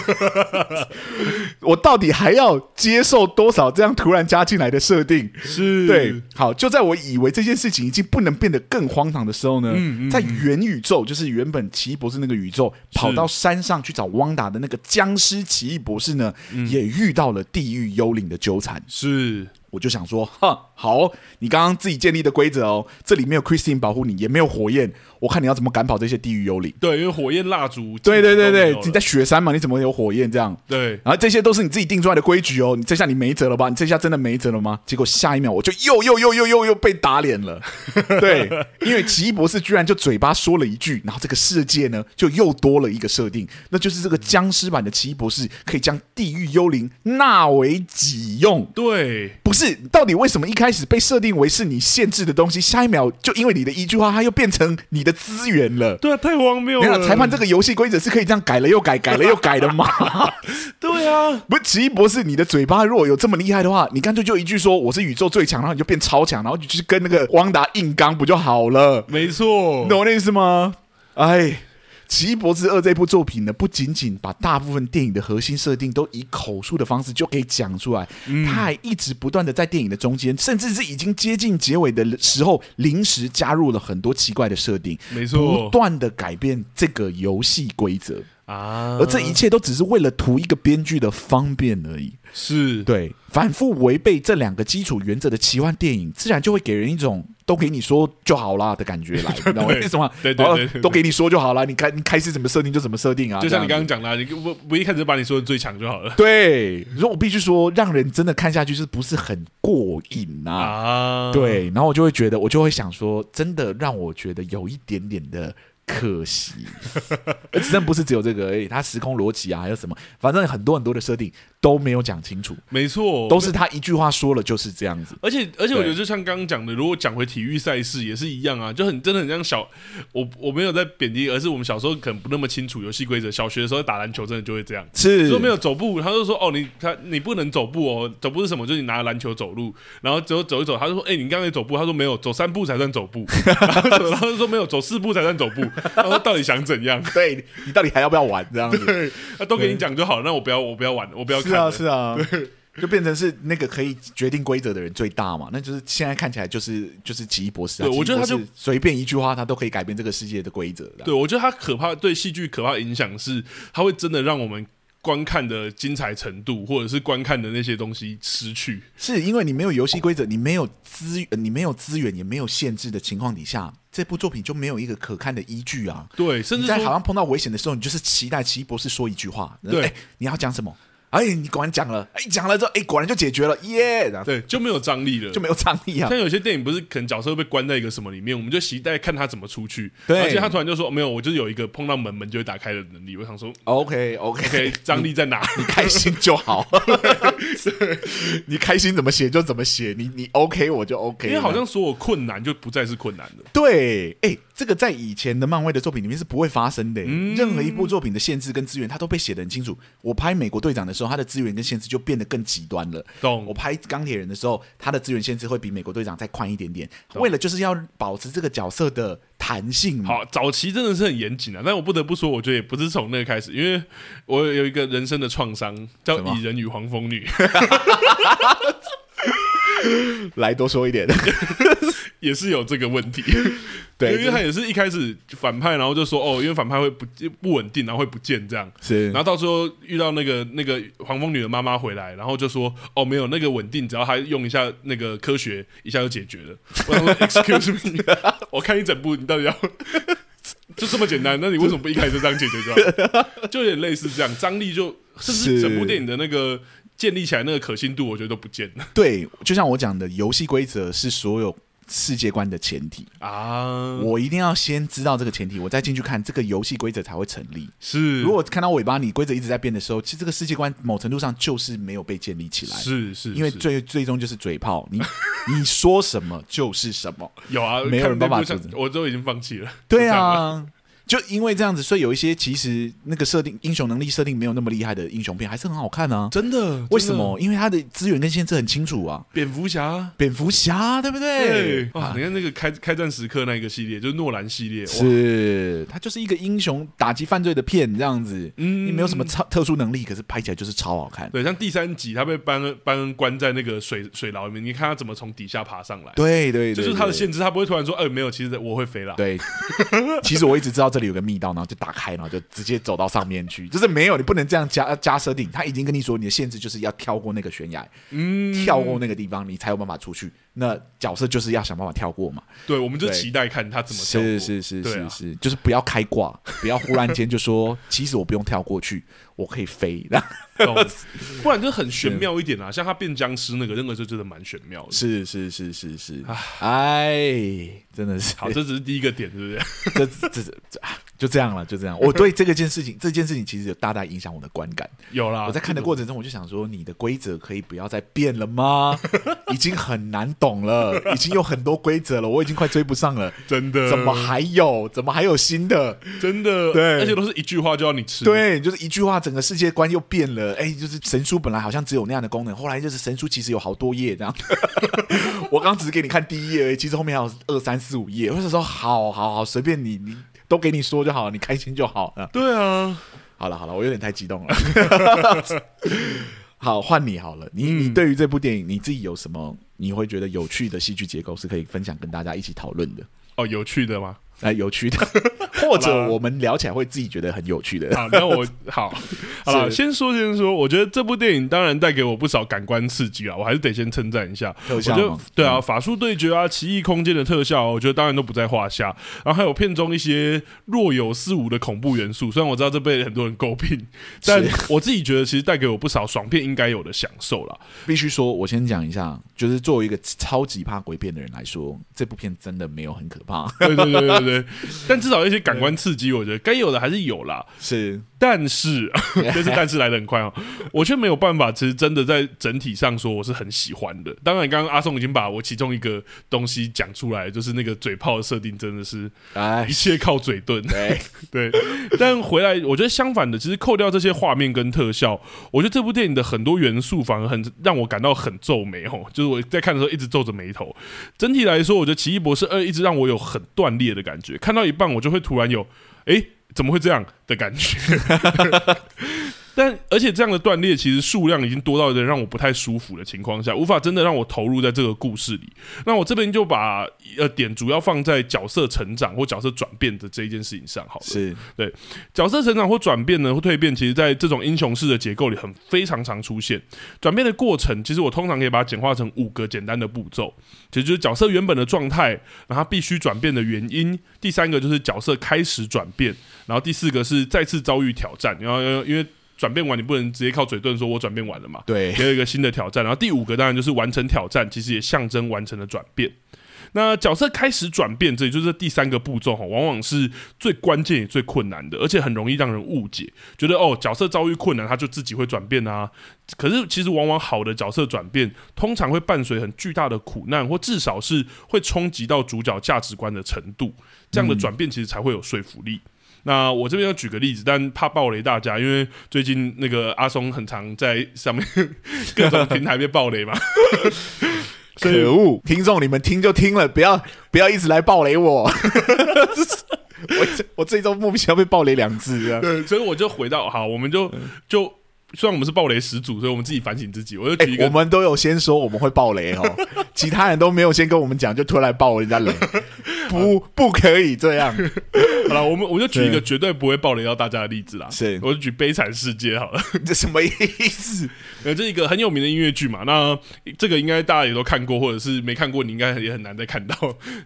我到底还要接受多少这样突然加进来的设定？
是
对，好，就在我以为这件事情已经不能变得更荒唐的时候呢，
嗯嗯
在元宇宙，就是原本奇异博士那个宇宙，跑到山上去找汪达的那个僵尸奇异博士呢，也遇到了地狱幽灵的纠缠。
是，
我就想说，哈，好，你刚刚自己建立的规则哦，这里没有 Christine 保护你，也没有火焰，我看你要怎么赶跑这些地狱幽灵。
对，因为火焰蜡烛，
对对对
都没
对
有，了
你在雪山嘛，你怎么会有火焰这样？
对，
然后啊这些都是你自己定出来的规矩哦，你这下你没辙了吧？你这下真的没辙了吗？结果下一秒我就又又又又又又被打脸了，对，因为奇异博士居然就嘴巴说了一句，然后这个世界呢就又多了一个设定，那就是这个僵尸版的奇异博士可以将地狱幽灵纳为己用。
对，
不是，到底为什么一开始被设定为是你限制的东西，下一秒就因为你的一句话，它又变成你的资源了？
对啊，太荒谬
你看
了，
裁判这个游戏规则是可以这样改了又改，改了又改的吗？
对啊，
不是奇异博士，你的嘴巴如果有这么厉害的话，你干脆就一句说我是宇宙最强，然后你就变超强，然后你就是跟那个汪达硬刚不就好了？
没错
你，懂我的意思吗？哎，奇异博士二这部作品呢，不仅仅把大部分电影的核心设定都以口述的方式就可以讲出来，
嗯
他还一直不断的在电影的中间，甚至是已经接近结尾的时候，临时加入了很多奇怪的设定，
没
不
错
断的改变这个游戏规则，
啊，
而这一切都只是为了图一个编剧的方便而已。
是，
对，反复违背这两个基础原则的奇幻电影，自然就会给人一种都给你说就好啦的感觉 来，你知道吗？
对
为什么？
对对
哦
对对
都给你说就好啦，你开你开始怎么设定就怎么设定啊，
就像你
这
刚
样
刚
子。
讲的啊，你我我一开始就把你说的最强就好了
对，如果我必须说，让人真的看下去是不是很过瘾啊？
啊，
对，然后我就会觉得，我就会想说，真的让我觉得有一点点的可 惜。而且真不是只有这个而已，它时空逻辑啊，还有什么，反正很多很多的设定都没有讲清楚，
没错，
都是他一句话说了就是这样子。
而且而且，我
对
觉得就像刚刚讲的，如果讲回体育赛事也是一样啊，就很真的很像小我我没有在贬低，而是我们小时候可能不那么清楚游戏规则。小学的时候打篮球真的就会这样，
是
说没有走步，他就说哦你他你不能走步哦，走步是什么？就是你拿篮球走路，然后走走一走，他就说哎、你刚才走步，他说没有，走三步才算走步， 然后走然后就说没有，走四步才算走步，他说到底想怎样？
对你到底还要不要玩这样子？
啊、都给你讲就好，那我不要我不要玩，我不要
是
看了，
啊，是啊，就变成是那个可以决定规则的人最大嘛？那就是现在看起来就是就是奇异博士、啊。
对我觉得他
奇异博士随便一句话，他都可以改变这个世界的规则的。
对，我觉得它可怕对戏剧可怕的影响是，它会真的让我们观看的精彩程度，或者是观看的那些东西失去。
是因为你没有游戏规则，你没有资，呃你没有资源，也没有限制的情况底下，这部作品就没有一个可看的依据啊。
对，甚
你
至
在好
说，
像碰到危险的时候，你就是期待奇异博士说一句话，
对
哎你要讲什么？哎，你果然讲了，哎，讲了之后，哎，果然就解决了，耶，然后
对，就没有张力了，
就没有 张力啊
像。有些电影不是可能角色会被关在一个什么里面，我们就期待看他怎么出去。
对
而且他突然就说没有，我就是有一个碰到门门就会打开的能力。我想说
OK OK，
，OK，张力在哪？
你开心就 好，你开心怎么写就怎么写，你你 OK 我就 OK
因
了。
为好像所有困难就不再是困难了。
对，哎、这个在以前的漫威的
嗯
作品里面是不会发生的、任何一部作品的限制跟资源，它都被写得很清楚。我拍美国队长的时候，它的资源跟限制就变得更极端了。我
懂
拍钢铁人的时候，他的资源限制会比美国队长再宽一点点，为了就是要保持这个角色的弹性嘛。
好，早期真的是很严谨啊，但我不得不说，我觉得也不是从那个开始，因为我有一个人生的创伤，叫
什
《
么
蚁人与黄蜂女》，
来多说一 点，
也是有这个问题。因为
对，
他也是一开始反派，然后就说哦，因为反派会不不稳定，然后会不见这样。
是
然后到最后遇到那个那个黄蜂女的妈妈回来，然后就说哦没有那个稳定，只要他用一下那个科学，一下就解决了。我想说 Excuse me，我看一整部，你到底要 就这么简单？那你为什么不一开始就这样解决就 好？就有点类似这样，张力就甚至
是
整部电影的那个建立起来那个可信度，我觉得都不见了
对，就像我讲的，游戏规则是所有世界观的前提，
啊。
我一定要先知道这个前提，我再进去看这个游戏规则才会成立。
是，
如果看到尾巴，你规则一直在变的时候，其实这个世界观某程度上就是没有被建立起来。
是是，
因为
是
最最终就是嘴炮，你 你说什么就是什 么。
有 啊，
没有
看
人
那
帮
部
忙
像
阻止
我都已经放弃了。
对
就这样了，
啊，就因为这样子，所以有一些其实那个设定英雄能力设定没有那么厉害的英雄片，还是很好看啊。
真的？
为什？么？因为它的资源跟限制很清楚啊。
蝙蝠侠？
蝙蝠侠对不
对
对？啊
哇，你看那个开开战时刻那一个系列，就是诺兰系列，哇，
是，它就是一个英雄打击犯罪的片这样子。
嗯
你没有什么超特殊能力，可是拍起来就是超好看。
对，像第三集他被班恩班恩关在那个水水牢里面，你看他怎么从底下爬上来，
对对，
这
对
就是他的
对
限制，他不会突然说，哎，没有，其实我会飞啦。
对，其实我一直知道这里有个密道，然后就打开，然后就直接走到上面去。就是没有，你不能这样加加设定。他已经跟你说，你的限制就是要跳过那个悬崖，嗯，跳过那个地方，你才有办法出去。那角色就是要想办法跳过嘛。
对，我们就
对
期待看他怎么跳过
是是是
对啊
是是，就是不要开挂，不要忽然间就说， 其实我不用跳过去，我可以飞。那
懂 不然就很玄妙一点啊。像他变僵尸那个，那个就真的蛮玄妙的。
是是是是是，哎，真的是
好，啊这只是第一个点，对不对？
这这这这啊就这样了，就这样。我对这个件事情，这件事情其实有大大影响我的观感。
有啦，
我在看的过程中，我就想说，你的规则可以不要再变了吗？已经很难懂了，已经有很多规则了，我已经快追不上了。
真的
怎么还有？怎么还有新的？
真的
对
而且都是一句话就要你吃，
对，就是一句话，整个世界观又变了。哎，就是神书本来好像只有那样的功能，后来就是神书其实有好多页这样。 我刚只是给你看第一页而已，其实后面还有二三四五页。我就说，好好好，随便你，你都给你说就好，你开心就好。啊
对啊，
好了好了，我有点太激动了。 好，换你好了。你、
嗯
你对于这部电影，你自己有什么你会觉得有趣的戏剧结构是可以分享跟大家一起讨论的？
哦，有趣的吗？
哎、有趣的，或者我们聊起来会自己觉得很有趣的。
好，那我好，好了，
是
先说先说，我觉得这部电影当然带给我不少感官刺激啊，我还是得先称赞一下。
特
我
效
觉
吗嗯
得对啊，法术对决啊，奇异空间的特效，啊我觉得当然都不在话下。然后还有片中一些若有似无的恐怖元素，虽然我知道这被很多人诟病，但我自己觉得其实带给我不少爽片应该有的享受啦。
必须说，我先讲一下，就是作为一个超级怕鬼片的人来说，这部片真的没有很可怕。
对对对对对，但至少一些感官刺激，我觉得该有的还是有啦。
是
但是，但是，但是来的很快哦，我却没有办法，其实真的在整体上说我是很喜欢的。当然，刚刚阿松已经把我其中一个东西讲出来，就是那个嘴炮的设定真的是
哎
一，切靠嘴遁。
对，
对，但回来我觉得相反的，其实扣掉这些画面跟特效，我觉得这部电影的很多元素反而很让我感到很皱眉哦，就是我在看的时候一直皱着眉头。整体来说，我觉得《奇异博士二》一直让我有很断裂的感觉，看到一半我就会突然有，诶，怎么会这样的感觉？ 但而且这样的断裂，其实数量已经多到有点让我不太舒服的情况下，无法真的让我投入在这个故事里。那我这边就把呃点主要放在角色成长或角色转变的这一件事情上好了。
是
角色成长或转变呢，或蜕变，其实在这种英雄式的结构里很非常常出现。转变的过程，其实我通常可以把它简化成五个简单的步骤，其实就是角色原本的状态，然后他必须转变的原因；第三个就是角色开始转变，然后第四个是再次遭遇挑战，然后呃因为转变完你不能直接靠嘴遁说我转变完了嘛，
对，
也有一个新的挑战。然后第五个当然就是完成挑战，其实也象征完成了转变。那角色开始转变，这也就是第三个步骤哈，往往是最关键也最困难的，而且很容易让人误解，觉得哦角色遭遇困难，他就自己会转变啊。可是其实往往好的角色转变，通常会伴随很巨大的苦难，或至少是会冲击到主角价值观的程度，这样的转变其实才会有说服力。那我这边要举个例子，但怕暴雷大家，因为最近那个阿松很常在上面 各种平台被暴雷嘛。
可恶！听众，你们听就听了，不要不要一直来暴雷我。我 我这一周莫名其妙被暴雷两次啊！
对，所以我就回到好，我们就
嗯
就虽然我们是暴雷始祖，所以我们自己反省自己。我就举一
哎，
个，
我们都有先说我们会暴 雷哦，其他人都没有先跟我们讲，就突然来爆人家 雷，不不可以这样。
好了，我们我就举一个
对
绝对不会暴雷到大家的例子啦。
是
我就举《悲惨世界》好了，
这什么意思？
呃，这是一个很有名的音乐剧嘛，那这个应该大家也都看过，或者是没看过，你应该也很难再看到。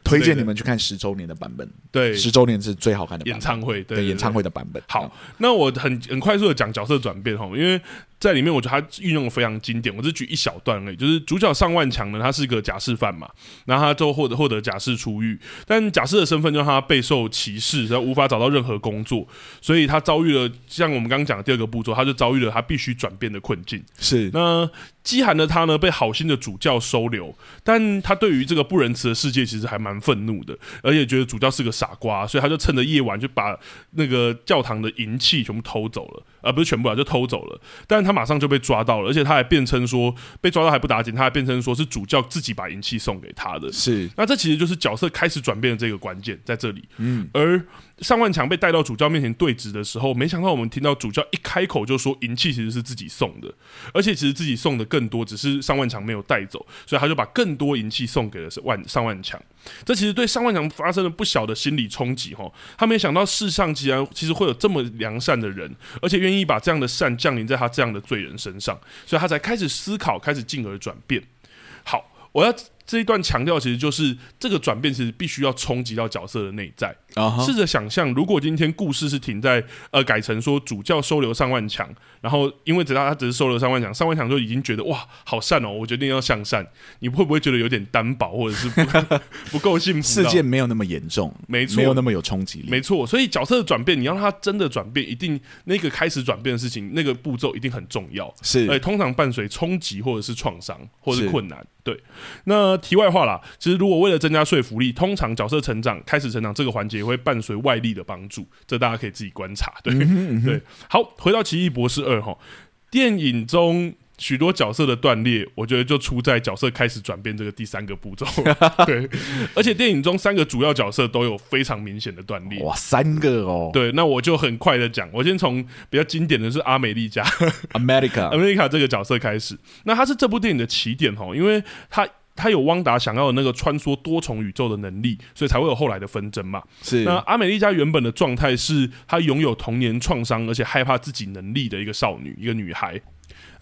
推荐你们去看十周年的版本，
对，
十周年是最好看的版
演
本，
唱会，对
对演唱
会。
会的版本。啊
好，那我很很快速的讲角色转变哈，因为在里面我觉得他运用得非常经典，我只举一小段而已。就是主角尚万强呢，他是个假释犯嘛，然后他最后获得获得假释出狱，但假释的身份就让他备受歧视，然后无法找到任何工作，所以他遭遇了像我们刚刚讲的第二个步骤，他就遭遇了他必须转变的困境。
是
那饥寒的他呢，被好心的主教收留，但他对于这个不仁慈的世界其实还蛮愤怒的，而且觉得主教是个傻瓜，所以他就趁着夜晚就把那个教堂的银器全部偷走了，呃，不是全部啊，就偷走了。但他马上就被抓到了，而且他还辩称说被抓到还不打紧，他还辩称说是主教自己把银器送给他的。
是
那这其实就是角色开始转变的这个关键在这里。嗯，而尚万强被带到主教面前对质的时候，没想到我们听到主教一开口就说银器其实是自己送的，而且其实自己送的更多，只是尚万强没有带走，所以他就把更多银器送给了万尚万强。这其实对尚万强发生了不小的心理冲击哈。他没想到世上竟然其实会有这么良善的人，而且愿意把这样的善降临在他这样的罪人身上，所以他才开始思考，开始进而转变。好，我要这一段强调，其实就是这个转变，其实必须要冲击到角色的内在。
啊哈
试着想象，如果今天故事是停在呃改成说主教收留上万强，然后因为只要他只是收留上万强，上万强就已经觉得哇好善哦，我决定要向善，你会不会觉得有点单薄，或者是不 不够幸福
事
到？
件没有那么严重，
没错
没有那么有冲击力。
没错，所以角色的转变，你要让他真的转变，一定那个开始转变的事情，那个步骤一定很重要。哎，
是
通常伴随冲击或者是创伤或者是
是
困难。对，那题外话啦，其实如果为了增加说服力，通常角色成长、开始成长这个环节也会伴随外力的帮助，这大家可以自己观察。对、对，好，回到《奇异博士二》哈，电影中。许多角色的断裂，我觉得就出在角色开始转变这个第三个步骤。对，而且电影中三个主要角色都有非常明显的断裂。
哇，三个哦
对，那我就很快的讲，我先从比较经典的是阿美丽加，
，America
America 这个角色开始。那他是这部电影的起点哦，因为他他有汪达想要的那个穿梭多重宇宙的能力，所以才会有后来的纷争嘛。
是
那阿美丽加原本的状态是她拥有童年创伤，而且害怕自己能力的一个少女，一个女孩。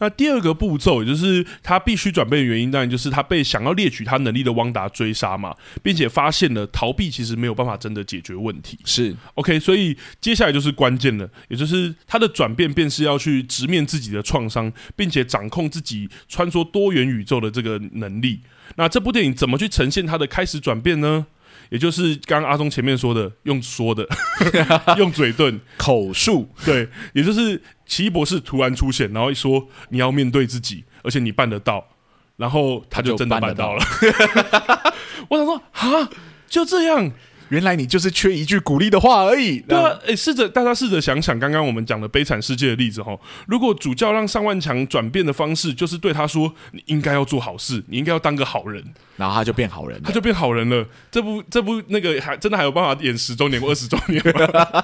那第二个步骤，也就是她必须转变的原因，当然就是她被想要猎取她能力的汪达追杀嘛，并且发现了逃避其实没有办法真的解决问题。
是
OK，所以接下来就是关键了，也就是他的转变便是要去直面自己的创伤，并且掌控自己穿梭多元宇宙的这个能力。那这部电影怎么去呈现他的开始转变呢？也就是刚刚阿松前面说的，用说的， 用嘴遁，
口述，
对，也就是奇异博士突然出现，然后一说你要面对自己，而且你办得到，然后他就真的办到了。 我想说，哈，就这样，
原来你就是缺一句鼓励的话而已。
对啊，诶，试着大家试着想想刚刚我们讲的悲惨世界的例子哈。如果主教让上万强转变的方式就是对他说：“你应该要做好事，你应该要当个好人。
然后他就变好人”
他
了。
就变好人了。这部这部那个还真的还有办法演十周年或二十周年吗？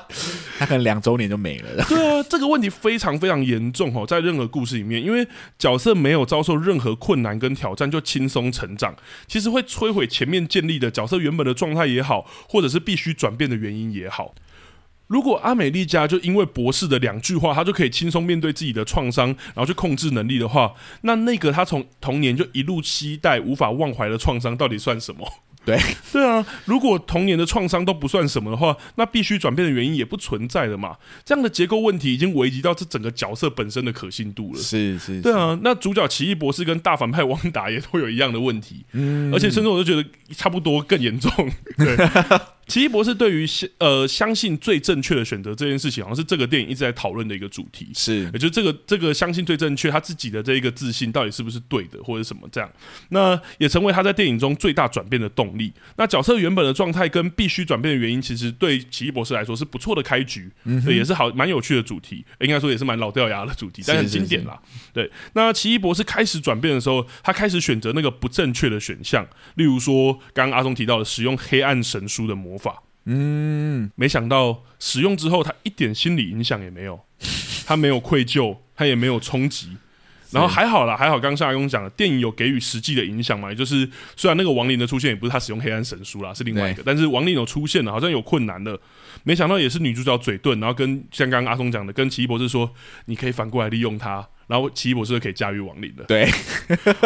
他可能两周年就没 了。
对啊，这个问题非常非常严重哦，在任何故事里面，因为角色没有遭受任何困难跟挑战就轻松成长，其实会摧毁前面建立的角色原本的状态也好，或者是必须转变的原因也好。如果阿美丽加就因为博士的两句话，她就可以轻松面对自己的创伤，然后去控制能力的话，那那个她从童年就一路期待无法忘怀的创伤，到底算什么？
对
对啊，如果童年的创伤都不算什么的话，那必须转变的原因也不存在了嘛。这样的结构问题已经危及到这整个角色本身的可信度了。
是是，
对啊，那主角奇异博士跟大反派汪
嗯
达也都有一样的问题，而且甚至我都觉得差不多更严重。对，奇异博士对于相呃相信最正确的选择这件事情，好像是这个电影一直在讨论的一个主题。
是
也就是这个这个相信最正确，他自己的这一个自信到底是不是对的，或者什么这样，那也成为他在电影中最大转变的动力。那角色原本的状态跟必须转变的原因，其实对奇异博士来说是不错的开局，对，也是好蛮有趣的主题，应该说也是蛮老掉牙的主题，但很经典啦。对，那奇异博士开始转变的时候，他开始选择那个不正确的选项，例如说刚刚阿松提到的使用黑暗神书的魔法。嗯，没想到使用之后，他一点心理影响也没有。他没有愧疚，他也没有冲击。然后还好啦，还好刚夏公讲了，电影有给予实际的影响嘛，也就是虽然那个亡灵的出现也不是他使用黑暗神书啦，是另外一个，但是亡灵有出现了，好像有困难了。没想到也是女主角嘴遁，然后跟像刚刚阿松讲的，跟奇异博士说，你可以反过来利用它，然后奇异博士就可以驾驭亡灵了。
对，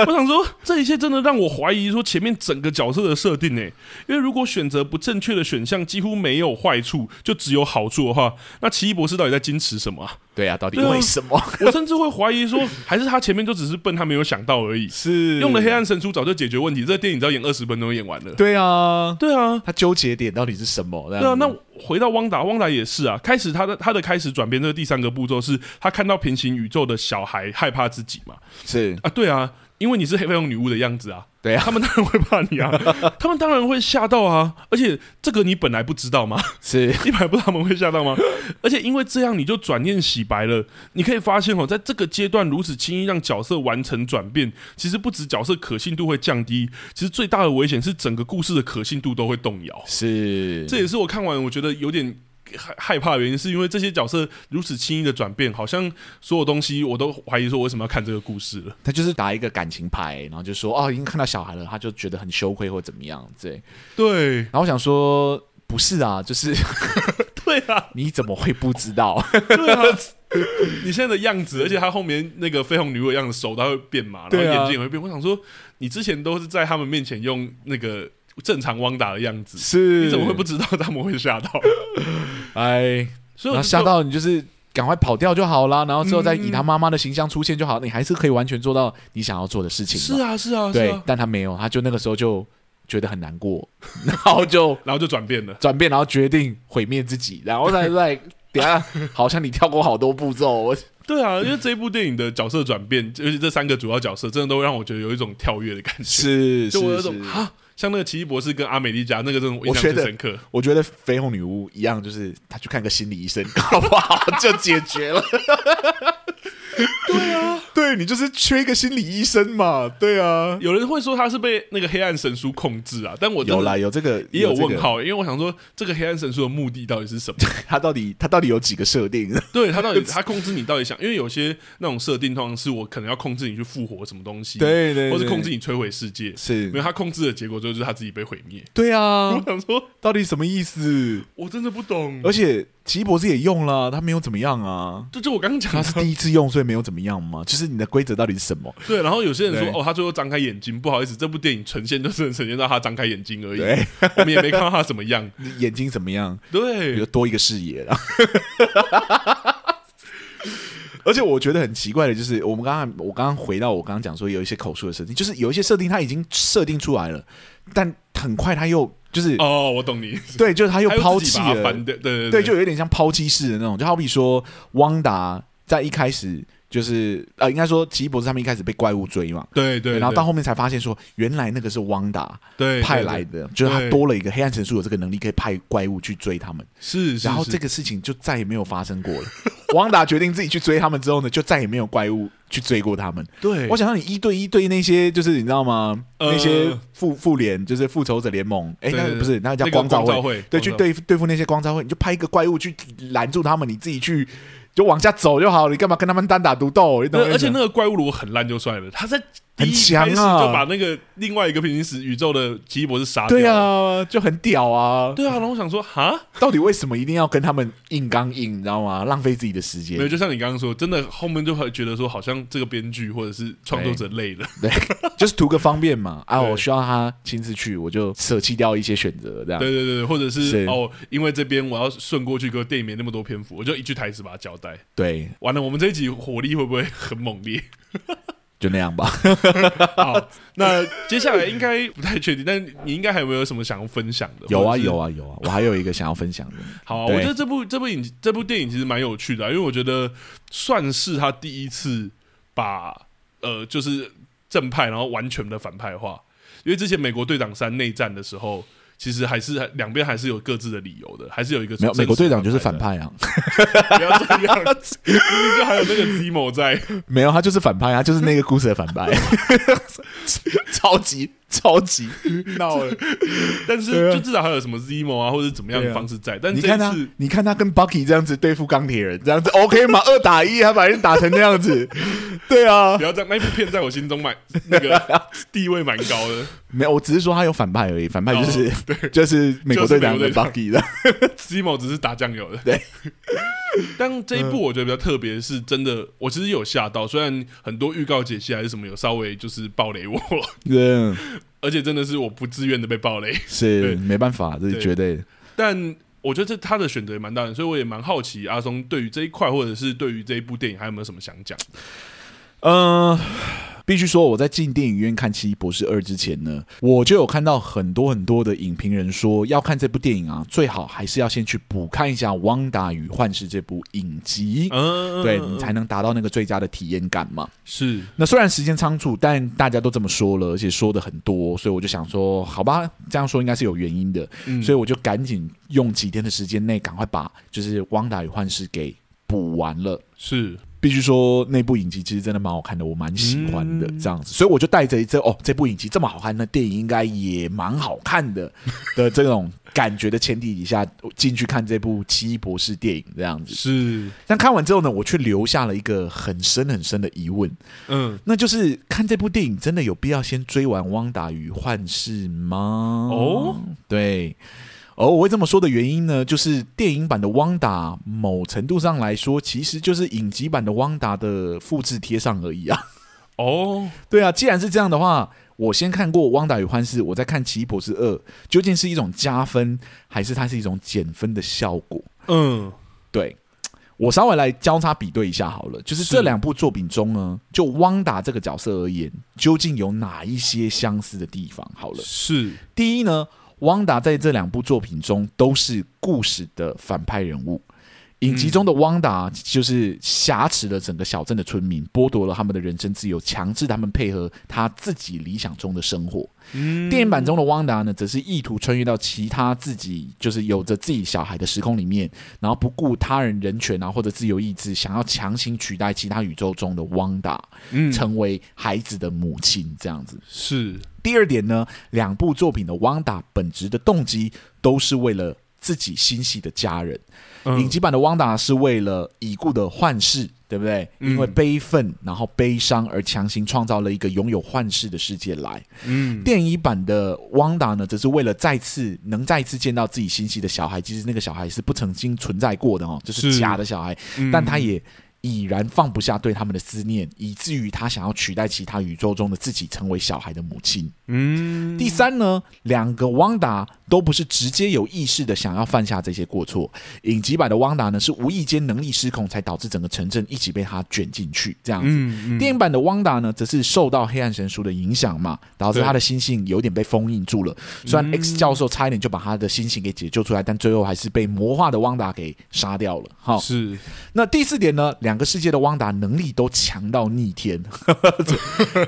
我想说，这一切真的让我怀疑说前面整个角色的设定诶、欸因为如果选择不正确的选项几乎没有坏处，就只有好处的话，那奇异博士到底在矜持什么啊、
对啊，到底
对啊
为什么？
我甚至会怀疑说，还是他前面就只是笨，他没有想到而已。
是
用了黑暗神书早就解决问题，这个电影只要演二十分钟就演完了。
对啊，嗯
对啊，
他纠结点到底是什么？对
对啊。那回到汪达，汪达也是啊。开始他的他的开始转变，这个第三个步骤是他看到平行宇宙的小孩害怕自己嘛？
是
啊，对啊，因为你是黑凤女巫的样子啊。
对啊
他们当然会怕 你啊，他们当然会吓到啊。而且这个你本来不知道嘛，
是
你本来不知道他们会吓到吗？ 而且因为这样，你就转念洗白了。你可以发现哦，在这个阶段如此轻易让角色完成转变，其实不止角色可信度会降低，其实最大的危险是整个故事的可信度都会动摇。
是，
这也是我看完我觉得有点害害怕的原因，是因为这些角色如此轻易的转变，好像所有东西我都怀疑说，我为什么要看这个故事了？
他就是打一个感情牌，然后就说哦，已经看到小孩了，他就觉得很羞愧或怎么样，对。
对
然后我想说，不是啊，就是
对啊，
你怎么会不知 道？
对啊。你现在的样子，而且他后面那个绯红女巫的样子，手它会变嘛，然后
对啊
眼睛也会变。我想说，你之前都是在他们面前用那个正常汪达的样子，
是
你怎么会不？知道他们会吓到？
哎，
所
然
以我
后
就
吓到你就是。赶快跑掉就好啦，然后之后再以
嗯
他妈妈的形象出现就好，你还是可以完全做到你想要做的事情嘛。
是啊是啊是
对，
啊，
但他没有，他就那个时候就觉得很难过，然后就
然后就转变了。
转变，然后决定毁灭自己，然后再再等一下，好像你跳过好多步骤， 我
对 啊，因为这一部电影的角色转变，尤其这三个主要角色，真的都会让我觉得有一种跳跃的感觉，
是
就我有一种啊，像那个奇异博士跟阿美丽加那个，真的我印象
我觉
最
得
深刻。
我觉得绯红女巫一样，就是她去看个心理医生， 搞不好就解决了。对啊，对你就是缺一个心理医生嘛，对啊，
有人会说他是被那个黑暗神书控制啊，但我真的
有啦，有这个
也有
这个
问，号，因为我想说这个黑暗神书的目的到底 是什么？
她到底她到底有几个设定？
对他到底他控制你到底想？因为有些那种设定通常是我可能要控制你去复活什么东西，，
对对
或是控制你摧毁世界。
是
没有，他控制的结果就是他自己被毁灭。
对啊
我，想说，
到底什么意思？
我真的不懂。
而且奇异博士也用了，他没有怎么样 啊。
这就我刚刚讲
他是
的，
第一次用，所以没有怎么样嘛。就是你的规则到底是什么？
对。然后有些人
对
说，哦，他最后张开眼睛，不好意思，这部电影呈现就只能呈现到他张开眼睛而已，
对，
我们也没看到他怎么样。
你 眼睛怎么样？比如
对，
多一个视野了。而且我觉得很奇怪的就是，我们刚刚我刚刚回到我刚刚讲说，有一些口述的设定，就是有一些设定它已经设定出来了，但很快它又就是、
哦，我懂你。
对，就是它又
他
抛
自己
弃
把它
了
翻，掉，对对
对，就有点像抛弃式的那种，就好比说汪达在一开始就是呃，应该说奇异博士他们一开始被怪物追嘛，
对对，
然后
对
到后面才发现说，原来那个是汪达
对
派
对
来
对
的，就是他
对
多了一个黑暗神术有这个能力，可以派怪物去追他们。
是，是
然后
是
这个事情就再也没有发生过了。汪达决定自己去追他们之后呢，就再也没有怪物去追过他们。
对
我，想让你一对一对那些，就是你知道吗？
哎呃
那些复复联，就是复仇者联盟，哎，
对
那
对
个
对
不是，那个叫
那个
光照会，
光照会
对，
光
去
照
对付对付那些光照会，你就派一个怪物去拦住他们，你自己去就往下走就好了，你干嘛跟他们单打独斗？你懂
那
我意思
而且
吗
那个怪物如果很烂就算了，他在第
很
一
强啊
开始就把那个另外一个平行时宇宙的奇异博士杀掉，
对，啊，就很屌啊！
对啊，然后我想说，哈，
到底为什么一定要跟他们硬刚硬？你知道吗？浪费自己的时间
没有，。就像你刚刚说，真的后面就会觉得说，好像这个编剧或者是创作者累了，
就是图个方便嘛。啊，
对
我需要他亲自去，我就舍弃掉一些选择，这样。
对对对，对或者
哎是
是哦，因为这边我要顺过去，可是电影没那么多篇幅，我就一句台词把它交代。
对
完了，我们这一集火力会不会很猛烈？
就那样 吧。
好，那接下来应该不太确定，但你应该还有没有什么想要分享的？
有
或
啊
者是
有。啊有啊，我还有一个想要分 享的，
好啊、
对
我觉得这部这部影这部电影其实蛮有趣的啊、因为我觉得算是他第一次把呃就是正派，然后完全的反派化。因为之前美国队长三内战的时候，其实还是两边还是有各自的理由的，还是有一个
没有美国队长就是反
派
派啊，
的，不要这样，明明就还有那个 Zemo 在。
没有他就是反派啊，他就是那个故事的反派， 超级超级闹 了。
但
对
是
啊
就至少还有什么 Zemo 啊，或者怎么样
对
的
啊
方式在。但
你
这
看
一
他
次，，
你看他跟 Bucky 这样子对付钢铁人，这样子 OK 吗？二打一，他把人打成那样 子，对啊
不，要这样，那一部片在我 心中蛮那个地位蛮高的。
没有，我只是说他有反派而已，反派就是、哦就是美国队长跟 Bucky 的，
Simo 只是打酱油的。
对，
但这一部我觉得比较特别，是真的，我其实有吓到，虽然很多预告解析还是什么有稍微就是暴雷我，
嗯，
而且真的是我不自愿的被暴雷，
是
对
没办法，这是
对
绝对的。
但。我觉得这他的选择也蛮大的，所以我也蛮好奇阿松对于这一块，或者是对于这一部电影，还有没有什么想讲？
嗯、必须说我在进电影院看《奇异博士二》之前呢，我就有看到很多很多的影评人说，要看这部电影啊，最好还是要先去补看一下《汪达与幻视》这部影集，
嗯，
对你才能达到那个最佳的体验感嘛。
是
那虽然时间仓促，但大家都这么说了，而且说的很多，所以我就想说，好吧，这样说应该是有原因的，
嗯
所以我就赶紧用几天的时间内，赶快把就是《汪达与幻视》给补完了。
是，
必须说，那部影集其实真的蛮好看的，我蛮喜欢的、
嗯
这样子，所以我就带着一这哦，这部影集这么好看，那电影应该也蛮好看的的这种感觉的前提底下，进去看这部《奇异博士》电影这样子。
是，
但看完之后呢，我却留下了一个很深很深的疑问，
嗯，
那就是看这部电影真的有必要先追完《汪达与幻视》吗？
哦，
对。而我会这么说的原因呢，就是电影版的《汪达》某程度上来说，其实就是影集版的《汪达》的复制贴上而已啊。
哦，
对啊，既然是这样的话，我先看过《汪达与幻视》，我再看《奇异博士二》，究竟是一种加分，还是它是一种减分的效果？
嗯，
对。我稍微来交叉比对一下好了，就是
是
这两部作品中呢，就汪达这个角色而言，究竟有哪一些相似的地方？好了，
是，
第一呢，汪达在这两部作品中都是故事的反派人物。影集中的汪达就是挟持了整个小镇的村民，剥夺了他们的人身自由，强制他们配合他自己理想中的生活。
嗯，
电影版中的汪达呢，则是意图穿越到其他自己就是有着自己小孩的时空里面，然后不顾他人人权啊或者自由意志，想要强行取代其他宇宙中的汪达，
嗯
成为孩子的母亲这样子。
是，
第二点呢，两部作品的汪达本质的动机都是为了自己心系的家人。
嗯
影集版的汪达是为了已故的幻视，对不对？
嗯
因为悲愤，然后悲伤而强行创造了一个拥有幻视的世界来。
嗯，
电影版的汪达呢，则是为了再次能再次见到自己心系的小孩，其实那个小孩是不曾经存在过的哦，就是
是
假的小孩，
嗯
但他也已然放不下对他们的思念，以至于他想要取代其他宇宙中的自己，成为小孩的母亲。
嗯，
第三呢，两个汪达都不是直接有意识的想要犯下这些过错。影集版的汪达呢，是无意间能力失控，才导致整个城镇一起被他卷进去。这样子，
嗯，嗯
电影版的汪达呢，则是受到黑暗神书的影响嘛，导致他的心性有点被封印住了。
嗯
虽然 X 教授差一点就把他的心性给解救出来，但最后还是被魔化的汪达给杀掉了。好，
是
那第四点呢，两个世界的汪达能力都强到逆 天。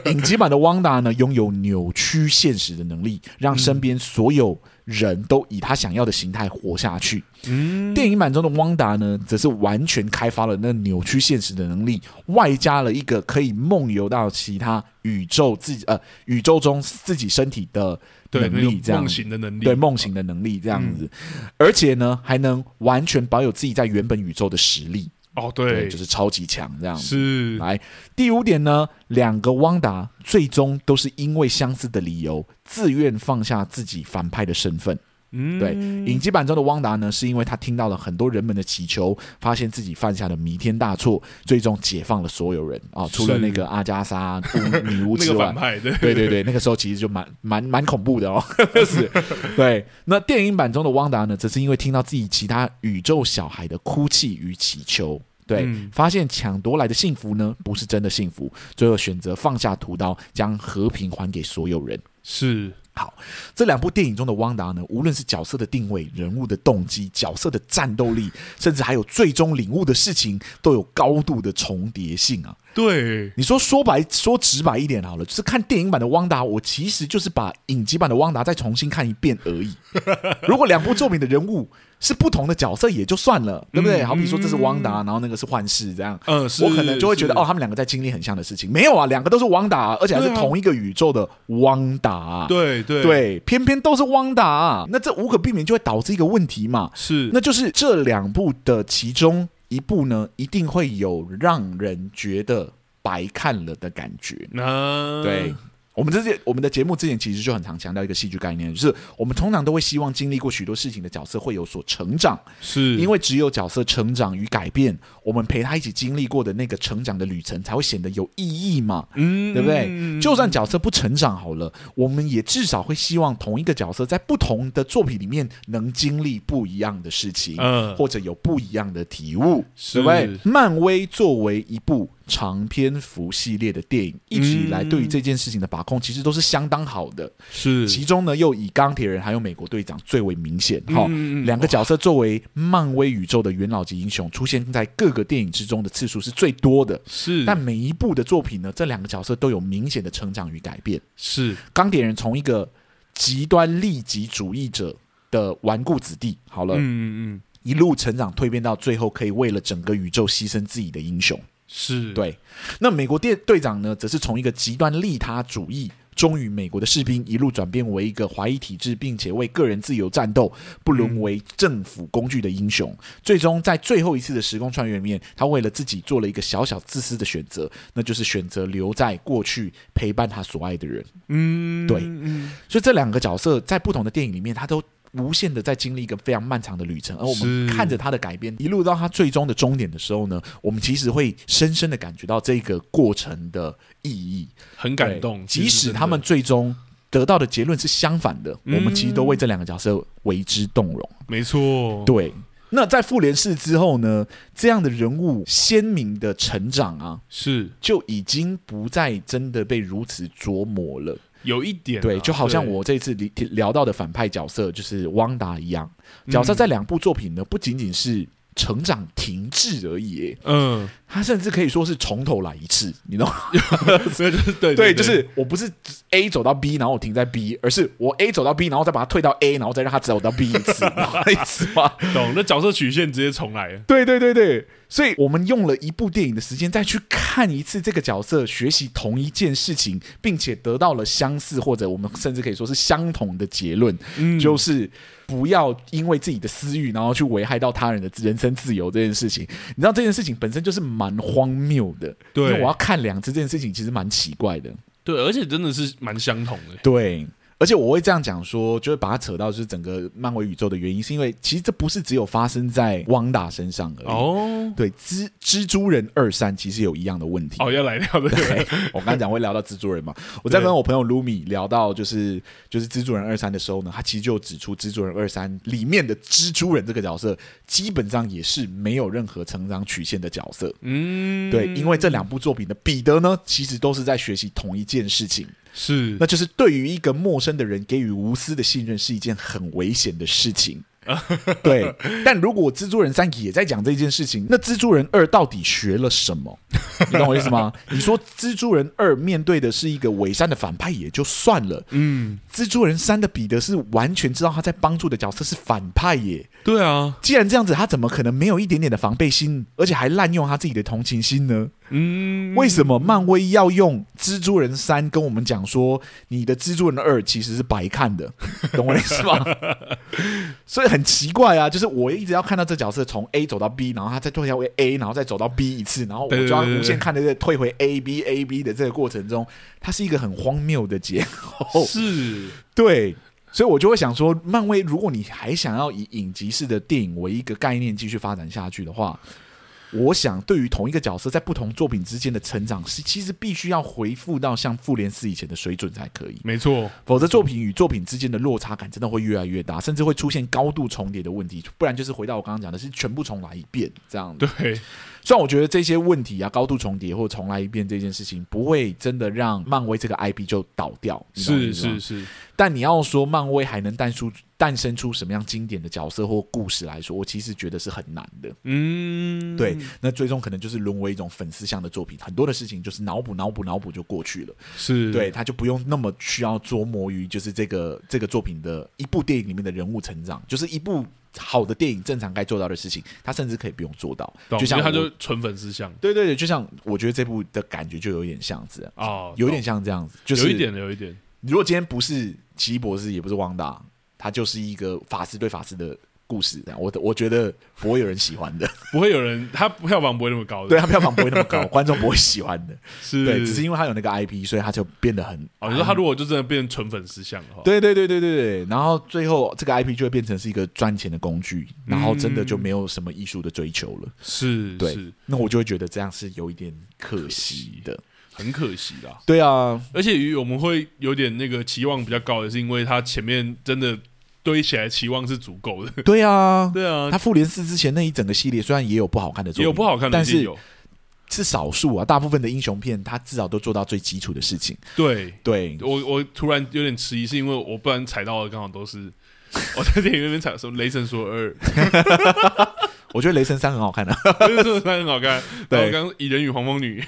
影集版的汪达呢，拥有扭曲现实的能力，
嗯
让身边所有人都以他想要的形态活下去。
嗯
电影版中的汪达呢，则是完全开发了那扭曲现实的能力，外加了一个可以梦游到其他宇宙自己呃宇宙中自己身体的
对
能力，这
那种
样
梦
子
醒的能力，
对梦醒的能力这样子，而且呢，还能完全保有自己在原本宇宙的实力。
哦，
对，
对，
就是超级强这样子。
是
来，第五点呢，两个汪达最终都是因为相似的理由，自愿放下自己反派的身份。
嗯
对，影集版中的汪达呢，是因为他听到了很多人们的祈求，发现自己犯下了弥天大错，最终解放了所有人啊、除了
是
那个阿加莎、乌女巫
那
之
个
外
反。派，对
对对 对，那个时候其实就蛮蛮蛮恐怖的哦， 是。对，那电影版中的汪达呢，则是因为听到自己其他宇宙小孩的哭泣与祈求，对，
嗯
发现抢夺来的幸福呢，不是真的幸福，最后选择放下屠刀，将和平还给所有人。
是
好，这两部电影中的汪达呢，无论是角色的定位、人物的动机、角色的战斗力，甚至还有最终领悟的事情，都有高度的重叠性啊。
对，
你说说白说直白一点好了，就是看电影版的汪达，我其实就是把影集版的汪达再重新看一遍而已。 如果两部作品的人物是不同的角色也就算了，对不对？好比说这是汪达，然后那个是幻视，这样，
嗯是
我可能就会觉得
是
哦，他们两个在经历很像的事情。没有啊，两个都是汪达，而且还是
对啊
同一个宇宙的汪达、啊
对对，
对，偏偏都是汪达、啊那这无可避免就会导致一个问题嘛，
是
那就是这两部的其中一部呢，一定会有让人觉得白看了的感觉。
那
对，我们之前我们的节目之前其实就很常强调一个戏剧概念，就是我们通常都会希望经历过许多事情的角色会有所成长，
是
因为只有角色成长与改变，我们陪他一起经历过的那个成长的旅程才会显得有意义嘛。
嗯
对不对？
嗯
就算角色不成长好了，我们也至少会希望同一个角色在不同的作品里面能经历不一样的事情，
嗯
或者有不一样的体悟，对
是
不对？漫威作为一部长篇幅系列的电影，一直以来对于这件事情的把控其实都是相当好的。
是
其中呢，又以钢铁人还有美国队长最为明显哈。
嗯嗯嗯
两个角色作为漫威宇宙的元老级英雄，出现在各个电影之中的次数是最多的。
是，
但每一部的作品呢，这两个角色都有明显的成长与改变。
是
钢铁人从一个极端利己主义者的顽固子弟，好了，
嗯嗯嗯
一路成长蜕变到最后可以为了整个宇宙牺牲自己的英雄。
是，
对，那美国队队长呢，则是从一个极端利他主义。忠于美国的士兵一路转变为一个怀疑体制，并且为个人自由战斗，不沦为政府工具的英雄。最终，在最后一次的时空穿越里面，他为了自己做了一个小小自私的选择，那就是选择留在过去陪伴他所爱的人。
嗯
对
嗯
所以这两个角色在不同的电影里面，他都无限的在经历一个非常漫长的旅程，而我们
是
看着他的改变，一路到他最终的终点的时候呢，我们其实会深深的感觉到这个过程的意义，
很感动，
对
其
即
实
使
真
他
的嗯
们最终。得到的结论是相反的，我们其实都为这两个角色为之动容。
没错，
对，那在复联四之后呢，这样的人物鲜明的成长啊，
是
就已经不再真的被如此琢磨了。
有一点啊，
对，就好像
对
我这次聊聊到的反派角色就是汪达一样，角色在两部作品呢，不仅仅是成长停滞而已耶，
嗯，
他甚至可以说是从头来一次，你懂吗？
所以就是 对
对，就是我不是 A 走到 B，然后我停在 B，而是我 A 走到 B，然后再把它退到 A，然后再让它走到 B 一次，你懂我意思吗？
懂，那角色曲线直接重来了，
对对对对，所以我们用了一部电影的时间再去看一次这个角色，学习同一件事情，并且得到了相似或者我们甚至可以说是相同的结论，就是不要因为自己的私欲，然后去危害到他人的人身自由这件事情。你知道这件事情本身就是蛮荒谬的，
对
因为我要看两次这件事情其实蛮奇怪的，
对，而且真的是蛮相同的，
对。而且我会这样讲说，就会把它扯到就是整个漫威宇宙的原因，是因为其实这不是只有发生在汪达身上而已。
哦
对，蜘蜘蛛人二三其实有一样的问题。
哦，要来聊的，
对，我刚刚讲会聊到蜘蛛人嘛，我在跟我朋友 Lumi 聊到就是就是蜘蛛人二三的时候呢，他其实就指出蜘蛛人二三里面的蜘蛛人这个角色，基本上也是没有任何成长曲线的角色。
嗯，
对，因为这两部作品的彼得呢，其实都是在学习同一件事情，
是
那就是对于一个陌生的人给予无私的信任是一件很危险的事情。对，但如果蜘蛛人三也在讲这件事情，那蜘蛛人二到底学了什么？你懂我意思吗？ 你说蜘蛛人二面对的是一个伪善的反派也就算了，
嗯，
蜘蛛人三的彼得是完全知道他在帮助的角色是反派耶。
对啊，
既然这样子，他怎么可能没有一点点的防备心，而且还滥用他自己的同情心呢？
嗯，
为什么漫威要用蜘蛛人三跟我们讲说，你的蜘蛛人二其实是白看的，懂我的意思 吗？所以很奇怪啊，就是我一直要看到这角色从 A 走到 B，然后他再退回 A，然后再走到 B 一次，然后我就要
对对对对
无限看着这退回 A B A B 的这个过程中，它是一个很荒谬的结构。
是
对，所以我就会想说，漫威如果你还想要以影集式的电影为一个概念继续发展下去的话，我想对于同一个角色在不同作品之间的成长，是其实必须要回复到像复联四以前的水准才可以。
没错，
否则作品与作品之间的落差感真的会越来越大，甚至会出现高度重叠的问题。不然就是回到我刚刚讲的，是全部重来一遍这样子。
对，
虽然我觉得这些问题啊，高度重叠或重来一遍这件事情，不会真的让漫威这个 IP 就倒掉。你懂我意
是
思吗
是是，
但你要说漫威还能诞出诞生出什么样经典的角色或故事来说，我其实觉得是很难的。
嗯，
对，那最终可能就是沦为一种粉丝向的作品，很多的事情就是脑补、脑补、脑补就过去了。
是，
对，他就不用那么需要琢磨于就是这个这个作品的一部电影里面的人物成长，就是一部好的电影正常该做到的事情，他甚至可以不用做到。
懂，
就
就
像
像他
我
就纯粉丝像
对对对，就像我觉得这部的感觉就有点像这样，
哦，
有点
懂，
像这样子，就是
有一点，有一点，
如果今天不是奇异博士，也不是汪达，它就是一个法师对法师的故事。这样我我觉得不会有人喜欢 的，
不会有人，他票房不会那么高的，
对，它票房不会那么高，观众不会喜欢 的。
是，
对，只是因为它有那个 IP，所以它就变得很。
哦，你说他如果就真的变成纯粉丝像的话，
对对对对对对，然后最后这个 IP 就会变成是一个赚钱的工具，然后真的就没
嗯
有什么艺术的追求了。
是，
对
是，
那我就会觉得这样是有一点可惜的。
很可惜啦。
对 啊，
而且于我们会有点那个期望比较高，也是因为他前面真的堆起来期望是足够的。
对啊，
对啊
他，复联四之前那一整个系列虽然也有不好看的作品，
也有不好看的，
但
一定
是
有
是少数啊，大部分的英雄片它至少都做到最基础的事情。
对。
对，
我我突然有点迟疑，是因为我不然踩到的刚好都是 我在电影那边踩的时候，《雷神索尔二》
我觉得《雷神三》很好看啊。
《雷神索尔三》很好看，然
对
后刚刚《蚁人与黄蜂女》，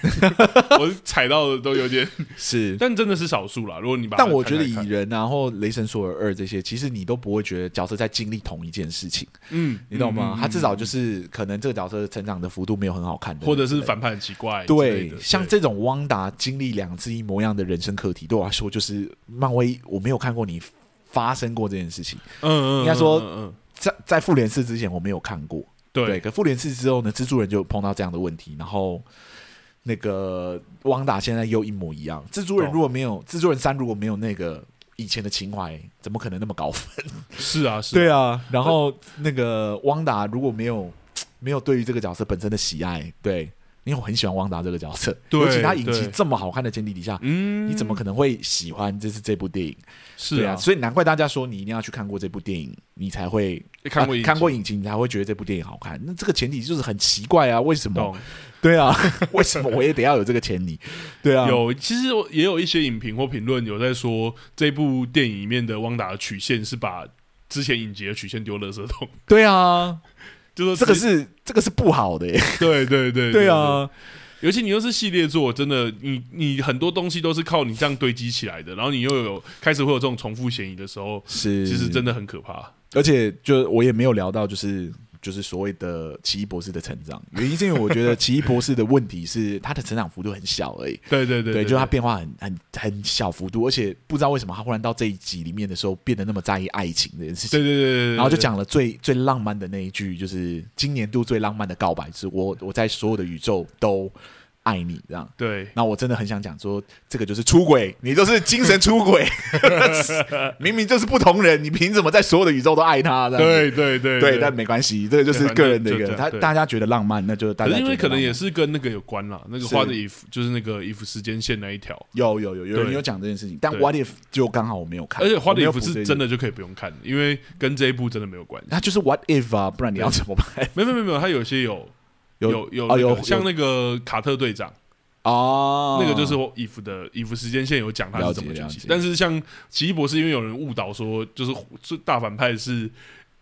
我踩到的都 有点，
是，
但真的 是少数啦。如果你把它
但我
摊
觉得
开
蚁
看
人啊或《雷神索尔二》这些，其实你都不会觉得角色在经历同一件事情，
嗯，
你懂吗？
嗯
他至少就是可能这个角色成长的幅度没有很好看的，
嗯或者是
对
反派很奇怪之类的，
对，像这种汪达经历两次一模一样的人生课题，对我来说就是漫威，我没有看过你发生过这件事情，
嗯嗯，
应该说
嗯嗯嗯
在在复联四之前我没有看过，对，
对，
可复联四之后呢，蜘蛛人就碰到这样的问题，然后那个汪达现在又一模一样。蜘蛛人
懂
如果没有蜘蛛人三如果没有那个以前的情怀，怎么可能那么高分？
是啊，是啊
对啊，然后那个汪达如果没有没有对于这个角色本身的喜爱，对，因为我很喜欢汪达这个角色，
对
尤其他影集
对
这么好看的前提底下。
嗯，
你怎么可能会喜欢这是这部电影？
是
对啊，所以难怪大家说你一定要去看过这部电影，你才会
看过
啊
影集
看过影集，你才会觉得这部电影好看。那这个前提就是很奇怪啊，为什么？
懂
对 啊，为什么我也得要有这个前提？对啊，
有，其实也有一些影评或评论有在说，这部电影里面的汪达的曲线是把之前影集的曲线丢垃圾桶，
对啊，
就说
这个
直
是这个是不好的耶。
对对对
对，啊，
尤其你又是系列作，真的，你你很多东西都是靠你这样堆积起来的，然后你又有开始会有这种重复嫌疑的时候，
是，
其实真，的很可怕。
而且就我也没有聊到就是。就是所谓的奇异博士的成长，原因是因为我觉得 奇异博士的问题是他的成长幅度很小而已，
对对对
对，就是他变化很很很小幅度，而且不知道为什么他忽然到这一集里面的时候变得那么在意爱情这件事情
对。对对对，
然后就讲了最最浪漫的那一句，就是今年度最浪漫的告白是我我在所有的宇宙都爱你这样。
对，
那我真的很想讲说，这个就是出轨，你就是精神出 轨，明明就是不同人，你凭什么在所有的宇宙都爱他？这样子
对对对
对，但没关系，这个就是
对
个人的一
就
个，
这样
他
对
大家觉得浪漫，那就大
可
家
是因
觉
为
得
可能
浪
也
漫
是跟那个有关啦，那个
是
画的 if 就是那个 if 时间线那一条，
有有有有人
对
有讲这件事情，但
对
What if 就刚好我没有看，
而且画
我
的
没有
if
补这
是
一
真
句，
的就可以不用看，因为跟这一部真的没有关系。
他就是 What if 啊，不然你要怎么办？
没有没有没有，它有些有有有
啊
那
有
个像那个卡特队长，
哦，
那个就是我 if 的 if 时间线有讲他是怎么
了解
崛
了
起
解，
但是像奇异博士，因为有人误导说就是最大反派是。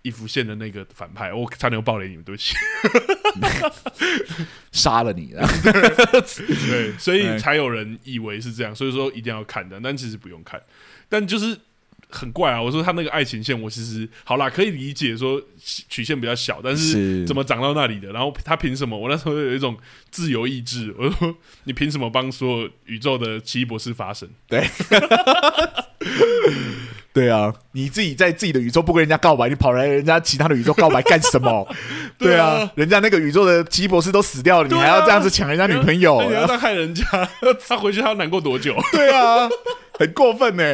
if 线的那个反派，我差点又爆雷你们，对不起。
杀了你了。
对，所以
哎
才有人以为是这样，所以说一定要看的，但其实不用看。但就是很怪啊！我说他那个爱情线，我其实好啦，可以理解说曲线比较小，但是
是
怎么长到那里的？然后他凭什么？我那时候有一种自由意志，我说你凭什么帮所有宇宙的奇异博士发声？
对啊，你自己在自己的宇宙不跟人家告白，你跑来人家其他的宇宙告白干什么？对
对啊
啊，人家那个宇宙的奇异博士都死掉了，你
对啊
还要这样子抢人家女朋 友
那？你要再哎害人家，他回去他要难过多久？
对啊，很过分呢、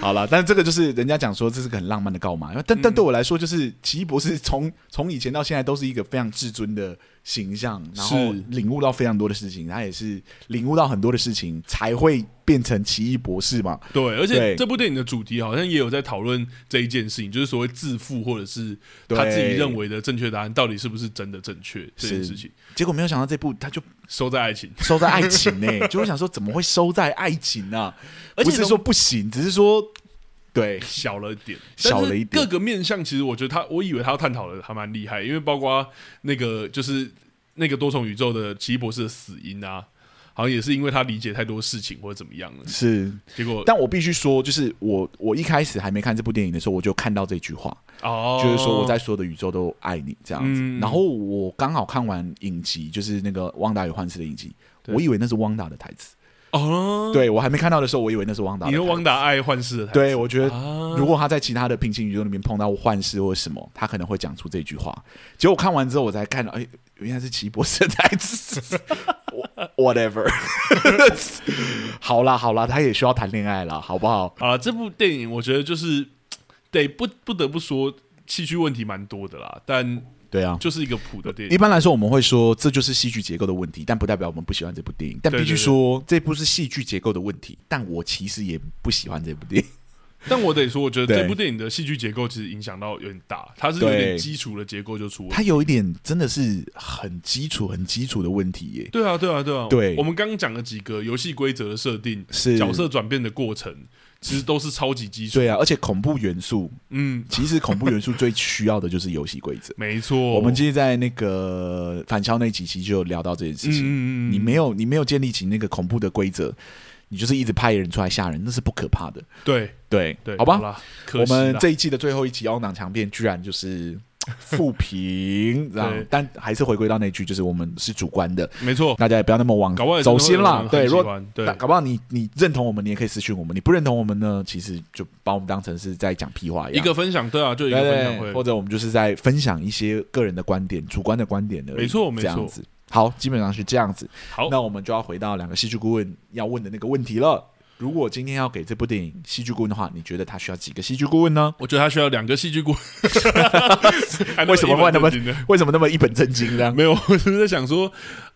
好了，但这个就是人家讲说这是个很浪漫的
嗯
告白，但但对我来说，就是奇异博士从从以前到现在都是一个非常至尊的形象，然后
是
领悟到非常多的事情，他也是领悟到很多的事情，才会变成奇异博士嘛。
对，而且
对
这部电影的主题好像也有在讨论这一件事情，就是所谓自负或者是他
对
自己认为的正确答案到底是不是真的正确这件
是
事情，
结果没有想到这部他就
收在爱情。
收在爱情呢、 就会想说怎么会收在爱情呢、啊？
而且
不是说不行，只是说对
小了一点，
小了一点
但是各个面向，其实我觉得他，我以为他要探讨的还蛮厉害，因为包括那个就是那个多重宇宙的奇异博士的死因啊，好像也是因为他理解太多事情或者怎么样了，
是。
结果
但我必须说，就是我我一开始还没看这部电影的时候，我就看到这句话，
哦，
就是说我在所有的宇宙都爱你这样子。
嗯
然后我刚好看完影集，就是那个汪达与幻视的影集，
对
我以为那是汪达的台词。
哦，
对我还没看到的时候，我以为那是汪达。
你说汪？达爱幻视的台词
对，我觉得
啊，
如果他在其他的平行宇宙里面碰到幻视或什么，他可能会讲出这句话。结果看完之后，我才看到，哎，原来是奇异博士的台词。 我 Whatever，好啦好啦，他也需要谈恋爱啦，好不好？
好了，这部电影我觉得就是得不不得不说戏剧问题蛮多的啦，但
对啊。
就是一个普的电
一
影，
般来说，我们会说这就是戏剧结构的问题，但不代表我们不喜欢这部电影。但
对
必须
对对
说，这部是戏剧结构的问题，但我其实也不喜欢这部电影。
但我得说，我觉得
对
这部电影的戏剧结构其实影响到有点大，它是有
对
点基础的结构就出问题。
它有一点真的是很基础、很基础的问题耶。
对啊，对啊，对啊，
对
我们刚刚讲了几个游戏规则的设定，
是
角色转变的过程，其实都是超级基础。
对啊，而且恐怖元素，
嗯，。
其实恐怖元素最需要的就是游戏规则
没错。
我们其实，在那个反敲那一集其实就有聊到这件事情。
嗯嗯嗯，
你没有，你没有建立起那个恐怖的规则，你就是一直派人出来吓人，那是不可怕的。
对
对
对，
好吧，
啦，可
我
惜啦
们这一季的最后一集《汪党强片》居然就是复评，然后
对
但还是回归到那句，就是我们是主观的，
没错，
大家也不要那么往
搞不好有
走
真的
心
会有
啦
人。
对，
很喜
如果
欢对
但搞不好你你认同我们，你也可以私讯我们；你不认同我们呢，其实就把我们当成是在讲屁话一
一
样。
个分享，对啊，就一
对
个分
对
享
对，
会，
或者我们就是在分享一些个人的观点、主观的观点而已。
没错没错
这样子。好，基本上是这样子。
好
那我们就要回到两个戏剧顾问要问的那个问题了。如果今天要给这部电影戏剧顾问的话，你觉得他需要几个戏剧顾问呢？
我觉得他需要两个戏 剧顾问，
为什么换那么
紧呢？
为什么那么一本正经呢？
没有，我只是在想说，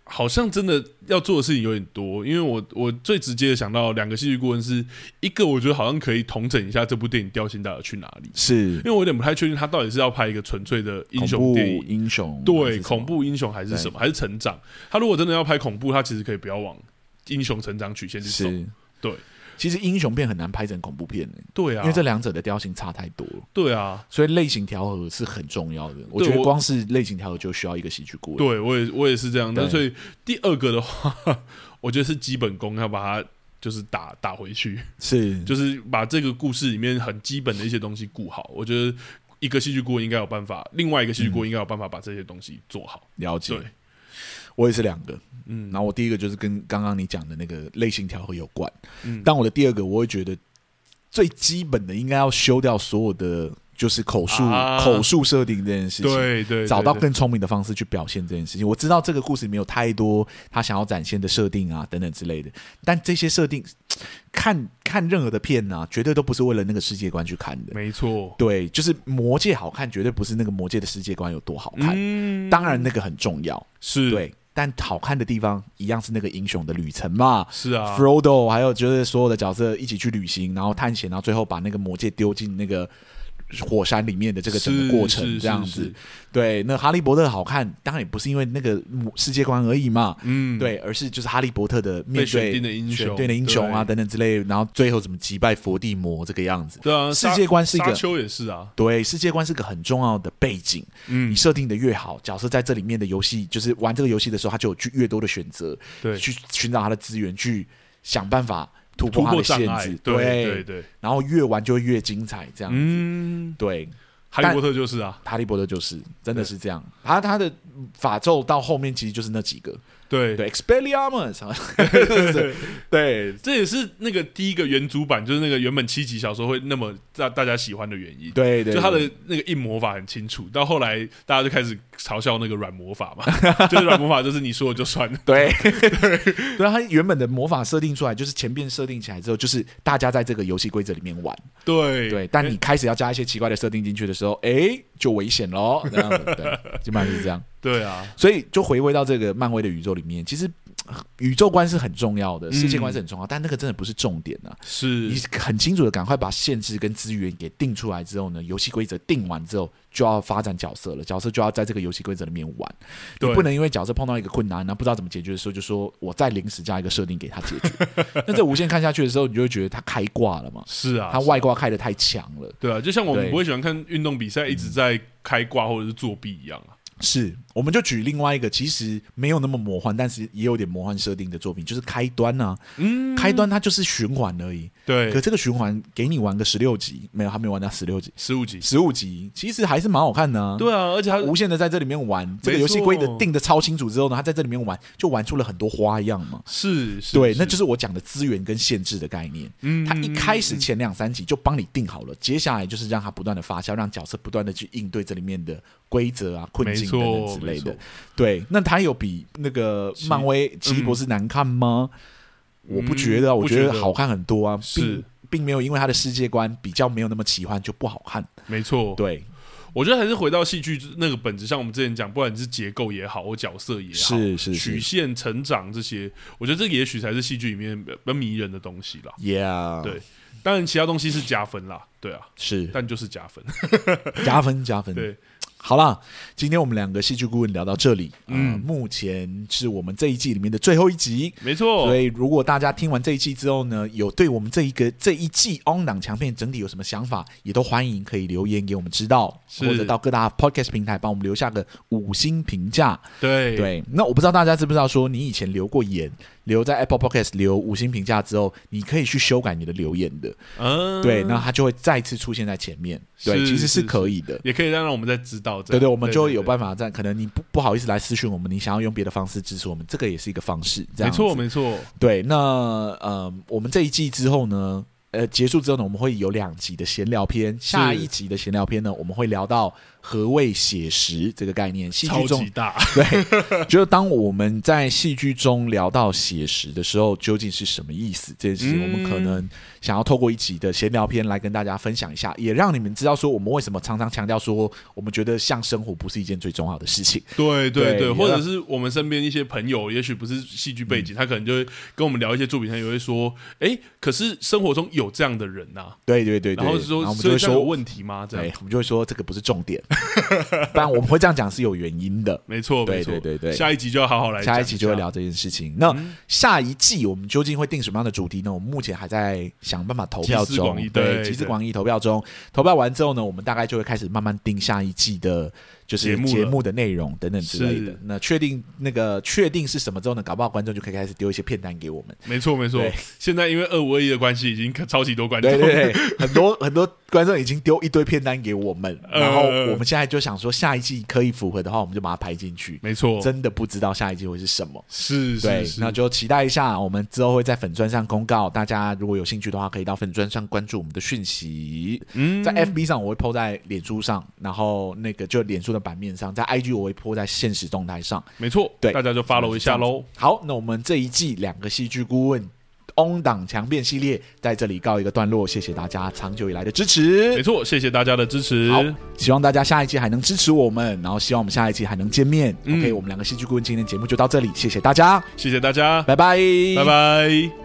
好像真的要做的事情有点多，因为我我最直接的想到两个戏剧顾问是一个，我觉得好像可以统整一下这部电影调性到底去哪里，
是
因为我有点不太确定他到底是要拍一个纯粹的英
恐
雄
怖
电影。
英雄，
对，
还是什么
恐怖英雄还是什么？还是成长？他如果真的要拍恐怖，他其实可以不要往英雄成长曲线去走。
是，
对。
其实英雄片很难拍成恐怖片的、
对啊，
因为这两者的调性差太多了，
对啊，
所以类型调和是很重要的。我觉得
我
光是类型调和就需要一个喜剧顾问。
对我也我也是这样。
对
那所以第二个的话， 我觉得是基本功，要把它就是打打回去。
是，
就是把这个故事里面很基本的一些东西顾好。我觉得一个戏剧顾问应该有办法，另外一个戏剧顾问应该有办法把这些东西做好。
了解
对。
我也是两个，
嗯
然后我第一个就是跟刚刚你讲的那个类型调和有关，
嗯
但我的第二个我会觉得最基本的应该要修掉所有的就是口述、
啊
口述设定这件事情。
对对，
找到
对对
更聪明的方式去表现这件事情。我知道这个故事里面有太多他想要展现的设定啊，等等之类的。但这些设定，看看任何的片啊，绝对都不是为了那个世界观去看的。
没错。
对，就是《魔戒》好看，绝对不是那个《魔戒》的世界观有多好看。
嗯，
当然，那个很重要，
是，
对。但好看的地方一样是那个英雄的旅程嘛。
是啊，
Frodo，还有就是所有的角色一起去旅行，然后探险，然后最后把那个魔戒丢进那个火山里面的这个整
是
个过
是
程，
是
这样
是
子。对，那哈利波特好看，当然也不是因为那个世界观而已嘛，
嗯，
对，而是就是哈利波特的面对
选定的英雄
选定的英雄啊
对
等等之类，然后最后怎么击败伏地魔这个样子。
对啊，
世
沙
界观是一个
沙丘也是啊，
对，世界观是个很重要的背景。你
嗯，
设定的越好，角色在这里面的游戏，就是玩这个游戏的时候，他就有去越多的选择，
对，
去寻找他的资源，去想办法突
突
破他
破
的
障
限
碍
制。，
对对对，
然后越玩就会越精彩，这样。
嗯，
对，
哈利波特就是啊，
哈利波特就是真的是这样，他他的法咒到后面其实就是那几个，
对，
对，Expelliarmus，对对
这也是那个第一个原主版，就是那个原本七集小说会那么大大家喜欢的原因。
对对，
就他的那个印魔法很清楚，到后来大家就开始嘲笑那个软魔法 嘛，就是软魔法就是你说了就算了，
对 对，他原本的魔法设定出来，就是前面设定起来之后，就是大家在这个游戏规则里面玩，
对
对，但你开始要加一些奇怪的设定进去的时候，哎，就危险喽。这样子，对，基本上是这样。
对啊，
所以就回归到这个漫威的宇宙里面，其实呃宇宙观是很重要
嗯
的，世界观是很重要，但那个真的不是重点啊。你
是
很清楚的，赶快把限制跟资源给定出来之后呢，游戏规则定完之后，就要发展角色了，角色就要在这个游戏规则里面玩。你
对
不能因为角色碰到一个困难，然后不知道怎么解决的时候，就说我再临时加一个设定给他解决。 那这无限看下去的时候，你就会觉得他开挂了嘛，
是啊
他，外挂开的太强了。
对啊，就像我们
对
不会喜欢看运动比赛一直在开挂或者是作弊一样啊。
是，我们就举另外一个其实没有那么魔幻，但是也有点魔幻设定的作品，就是《开端》啊，
嗯，
开端》它就是循环而已。可
对，
这个循环给你玩个十六集，没有，还没玩到十六集，
十五集，
十五集其实还是蛮好看的、啊。
对啊，而且他
无限的在这里面玩，这个
没
游戏规则
错
定的超清楚之后呢，他在这里面玩就玩出了很多花样嘛。
是是，
对，那
是
就是我讲的资源跟限制的概念。
嗯
他一开始前两三集就帮你定好了，接下来就是让他不断的发酵，让角色不断的去应对这里面的规则啊、困境
没
等
错
等之类
没
的嗯
错。
对，那他有比那个
奇
漫威《奇异博士》难看吗？我不觉得啊，
嗯
我
不
觉得
觉得
好看很多啊，
是
并并没有因为他的世界观比较没有那么奇幻就不好看。
嗯没错，
对，
我觉得还是回到戏剧那个本质，像我们之前讲，不管是结构也好，或角色也好，
是是
曲
是
线、成长这些，我觉得这也许才是戏剧里面比较迷人的东西啦。
，Yeah，
对
嗯
当然，其他东西是加分啦，对啊，
是
但就是加分。
嗯 加分加分。
对，
好啦，今天我们两个戏剧顾问聊到这里，嗯，目前是我们这一季里面的最后一集。
没错
所，以，如果大家听完这一季之后呢，有对我们这一个这一季 On 档强片整体有什么想法，也都欢迎可以留言给我们知道，
是
或者到各大 Podcast 平台帮我们留下个五星评价。
对
对，那我不知道大家知不知道，说你以前留过言，留在 Apple Podcast 留五星评价之后，你可以去修改你的留言的，
嗯，
对，那它就会再次出现在前面，对，
是
其实是
是
可以的。
也可以让让我们再知道这
对
样。
对，我们就有
法。
办法在可能你不不好意思来私讯我们，你想要用别的方式支持我们，这个也是一个方式。这
没
样子
错，没错，
对。那呃，我们这一季之后呢，呃，结束之后呢，我们会有两集的闲聊篇，下一集的闲聊篇呢，我们会聊到何谓写实这个概念，戏
超
剧中
级 大，
对，就是当我们在戏剧中聊到写实的时候，究竟是什么意思？这件事情，
嗯
我们可能想要透过一集的闲聊篇来跟大家分享一下，也让你们知道说我们为什么常常强调说，我们觉得像生活不是一件最重要的事情。
对对
对
对，
有
或
的
者是我们身边一些朋友，也许不是戏剧背
嗯
景，他可能就会跟我们聊一些作品，他也会说，哎，可是生活中有这样的人啊呐，
对对对对，
然后是说，
我们
所
就
以
会
这样有
说，
问题吗？这
对
样，，
哎我们就会说这个不是重点， 不然我们会这样讲是有原因的。
没错，
对
没错，
对对对
下一集就要好好来，
下一期就会。聊这件事情。那
嗯
下一季我们究竟会定什么样的主题呢？我们目前还在想办法投票
集思
中
广益，对
集思广益投票中。投票完之后呢，我们大概就会开始慢慢定下一季的，就是
节目了
节目的内容等等之类的
是。
那确定那个确定是什么之后呢，搞不好观众就可以开始丢一些片单给我们。
没错，没错
对。
现在因为二五二一的关系，已经超级多观众
对，对对，很多 很多观众已经丢一堆片单给我们，
呃
然后我们现在就想说，下一季可以符合的话，我们就把它排进去。
没错，
真的不知道下一季会是什么。
是
对
是，是，
那就期待一下，我们之后会在粉砖上公告，大家如果有兴趣的话，可以到粉砖上关注我们的讯息。
嗯
在 FB 上我会 PO 在脸书上，然后那个就脸书的版面上，在 IG 我会 PO 在现实动态上。
没错，
对
大家就 follow 一下喽。
好，那我们这一季两个戏剧顾问 On 档强辩系列在这里告一个段落，谢谢大家长久以来的支
没
持。
错，谢谢大家的支持，
好，希望大家下一季还能支持我们，然后希望我们下一季还能见面。
嗯
OK，我们两个戏剧顾问今天节目就到这里，谢谢大家，
谢谢大家，
拜拜，
拜拜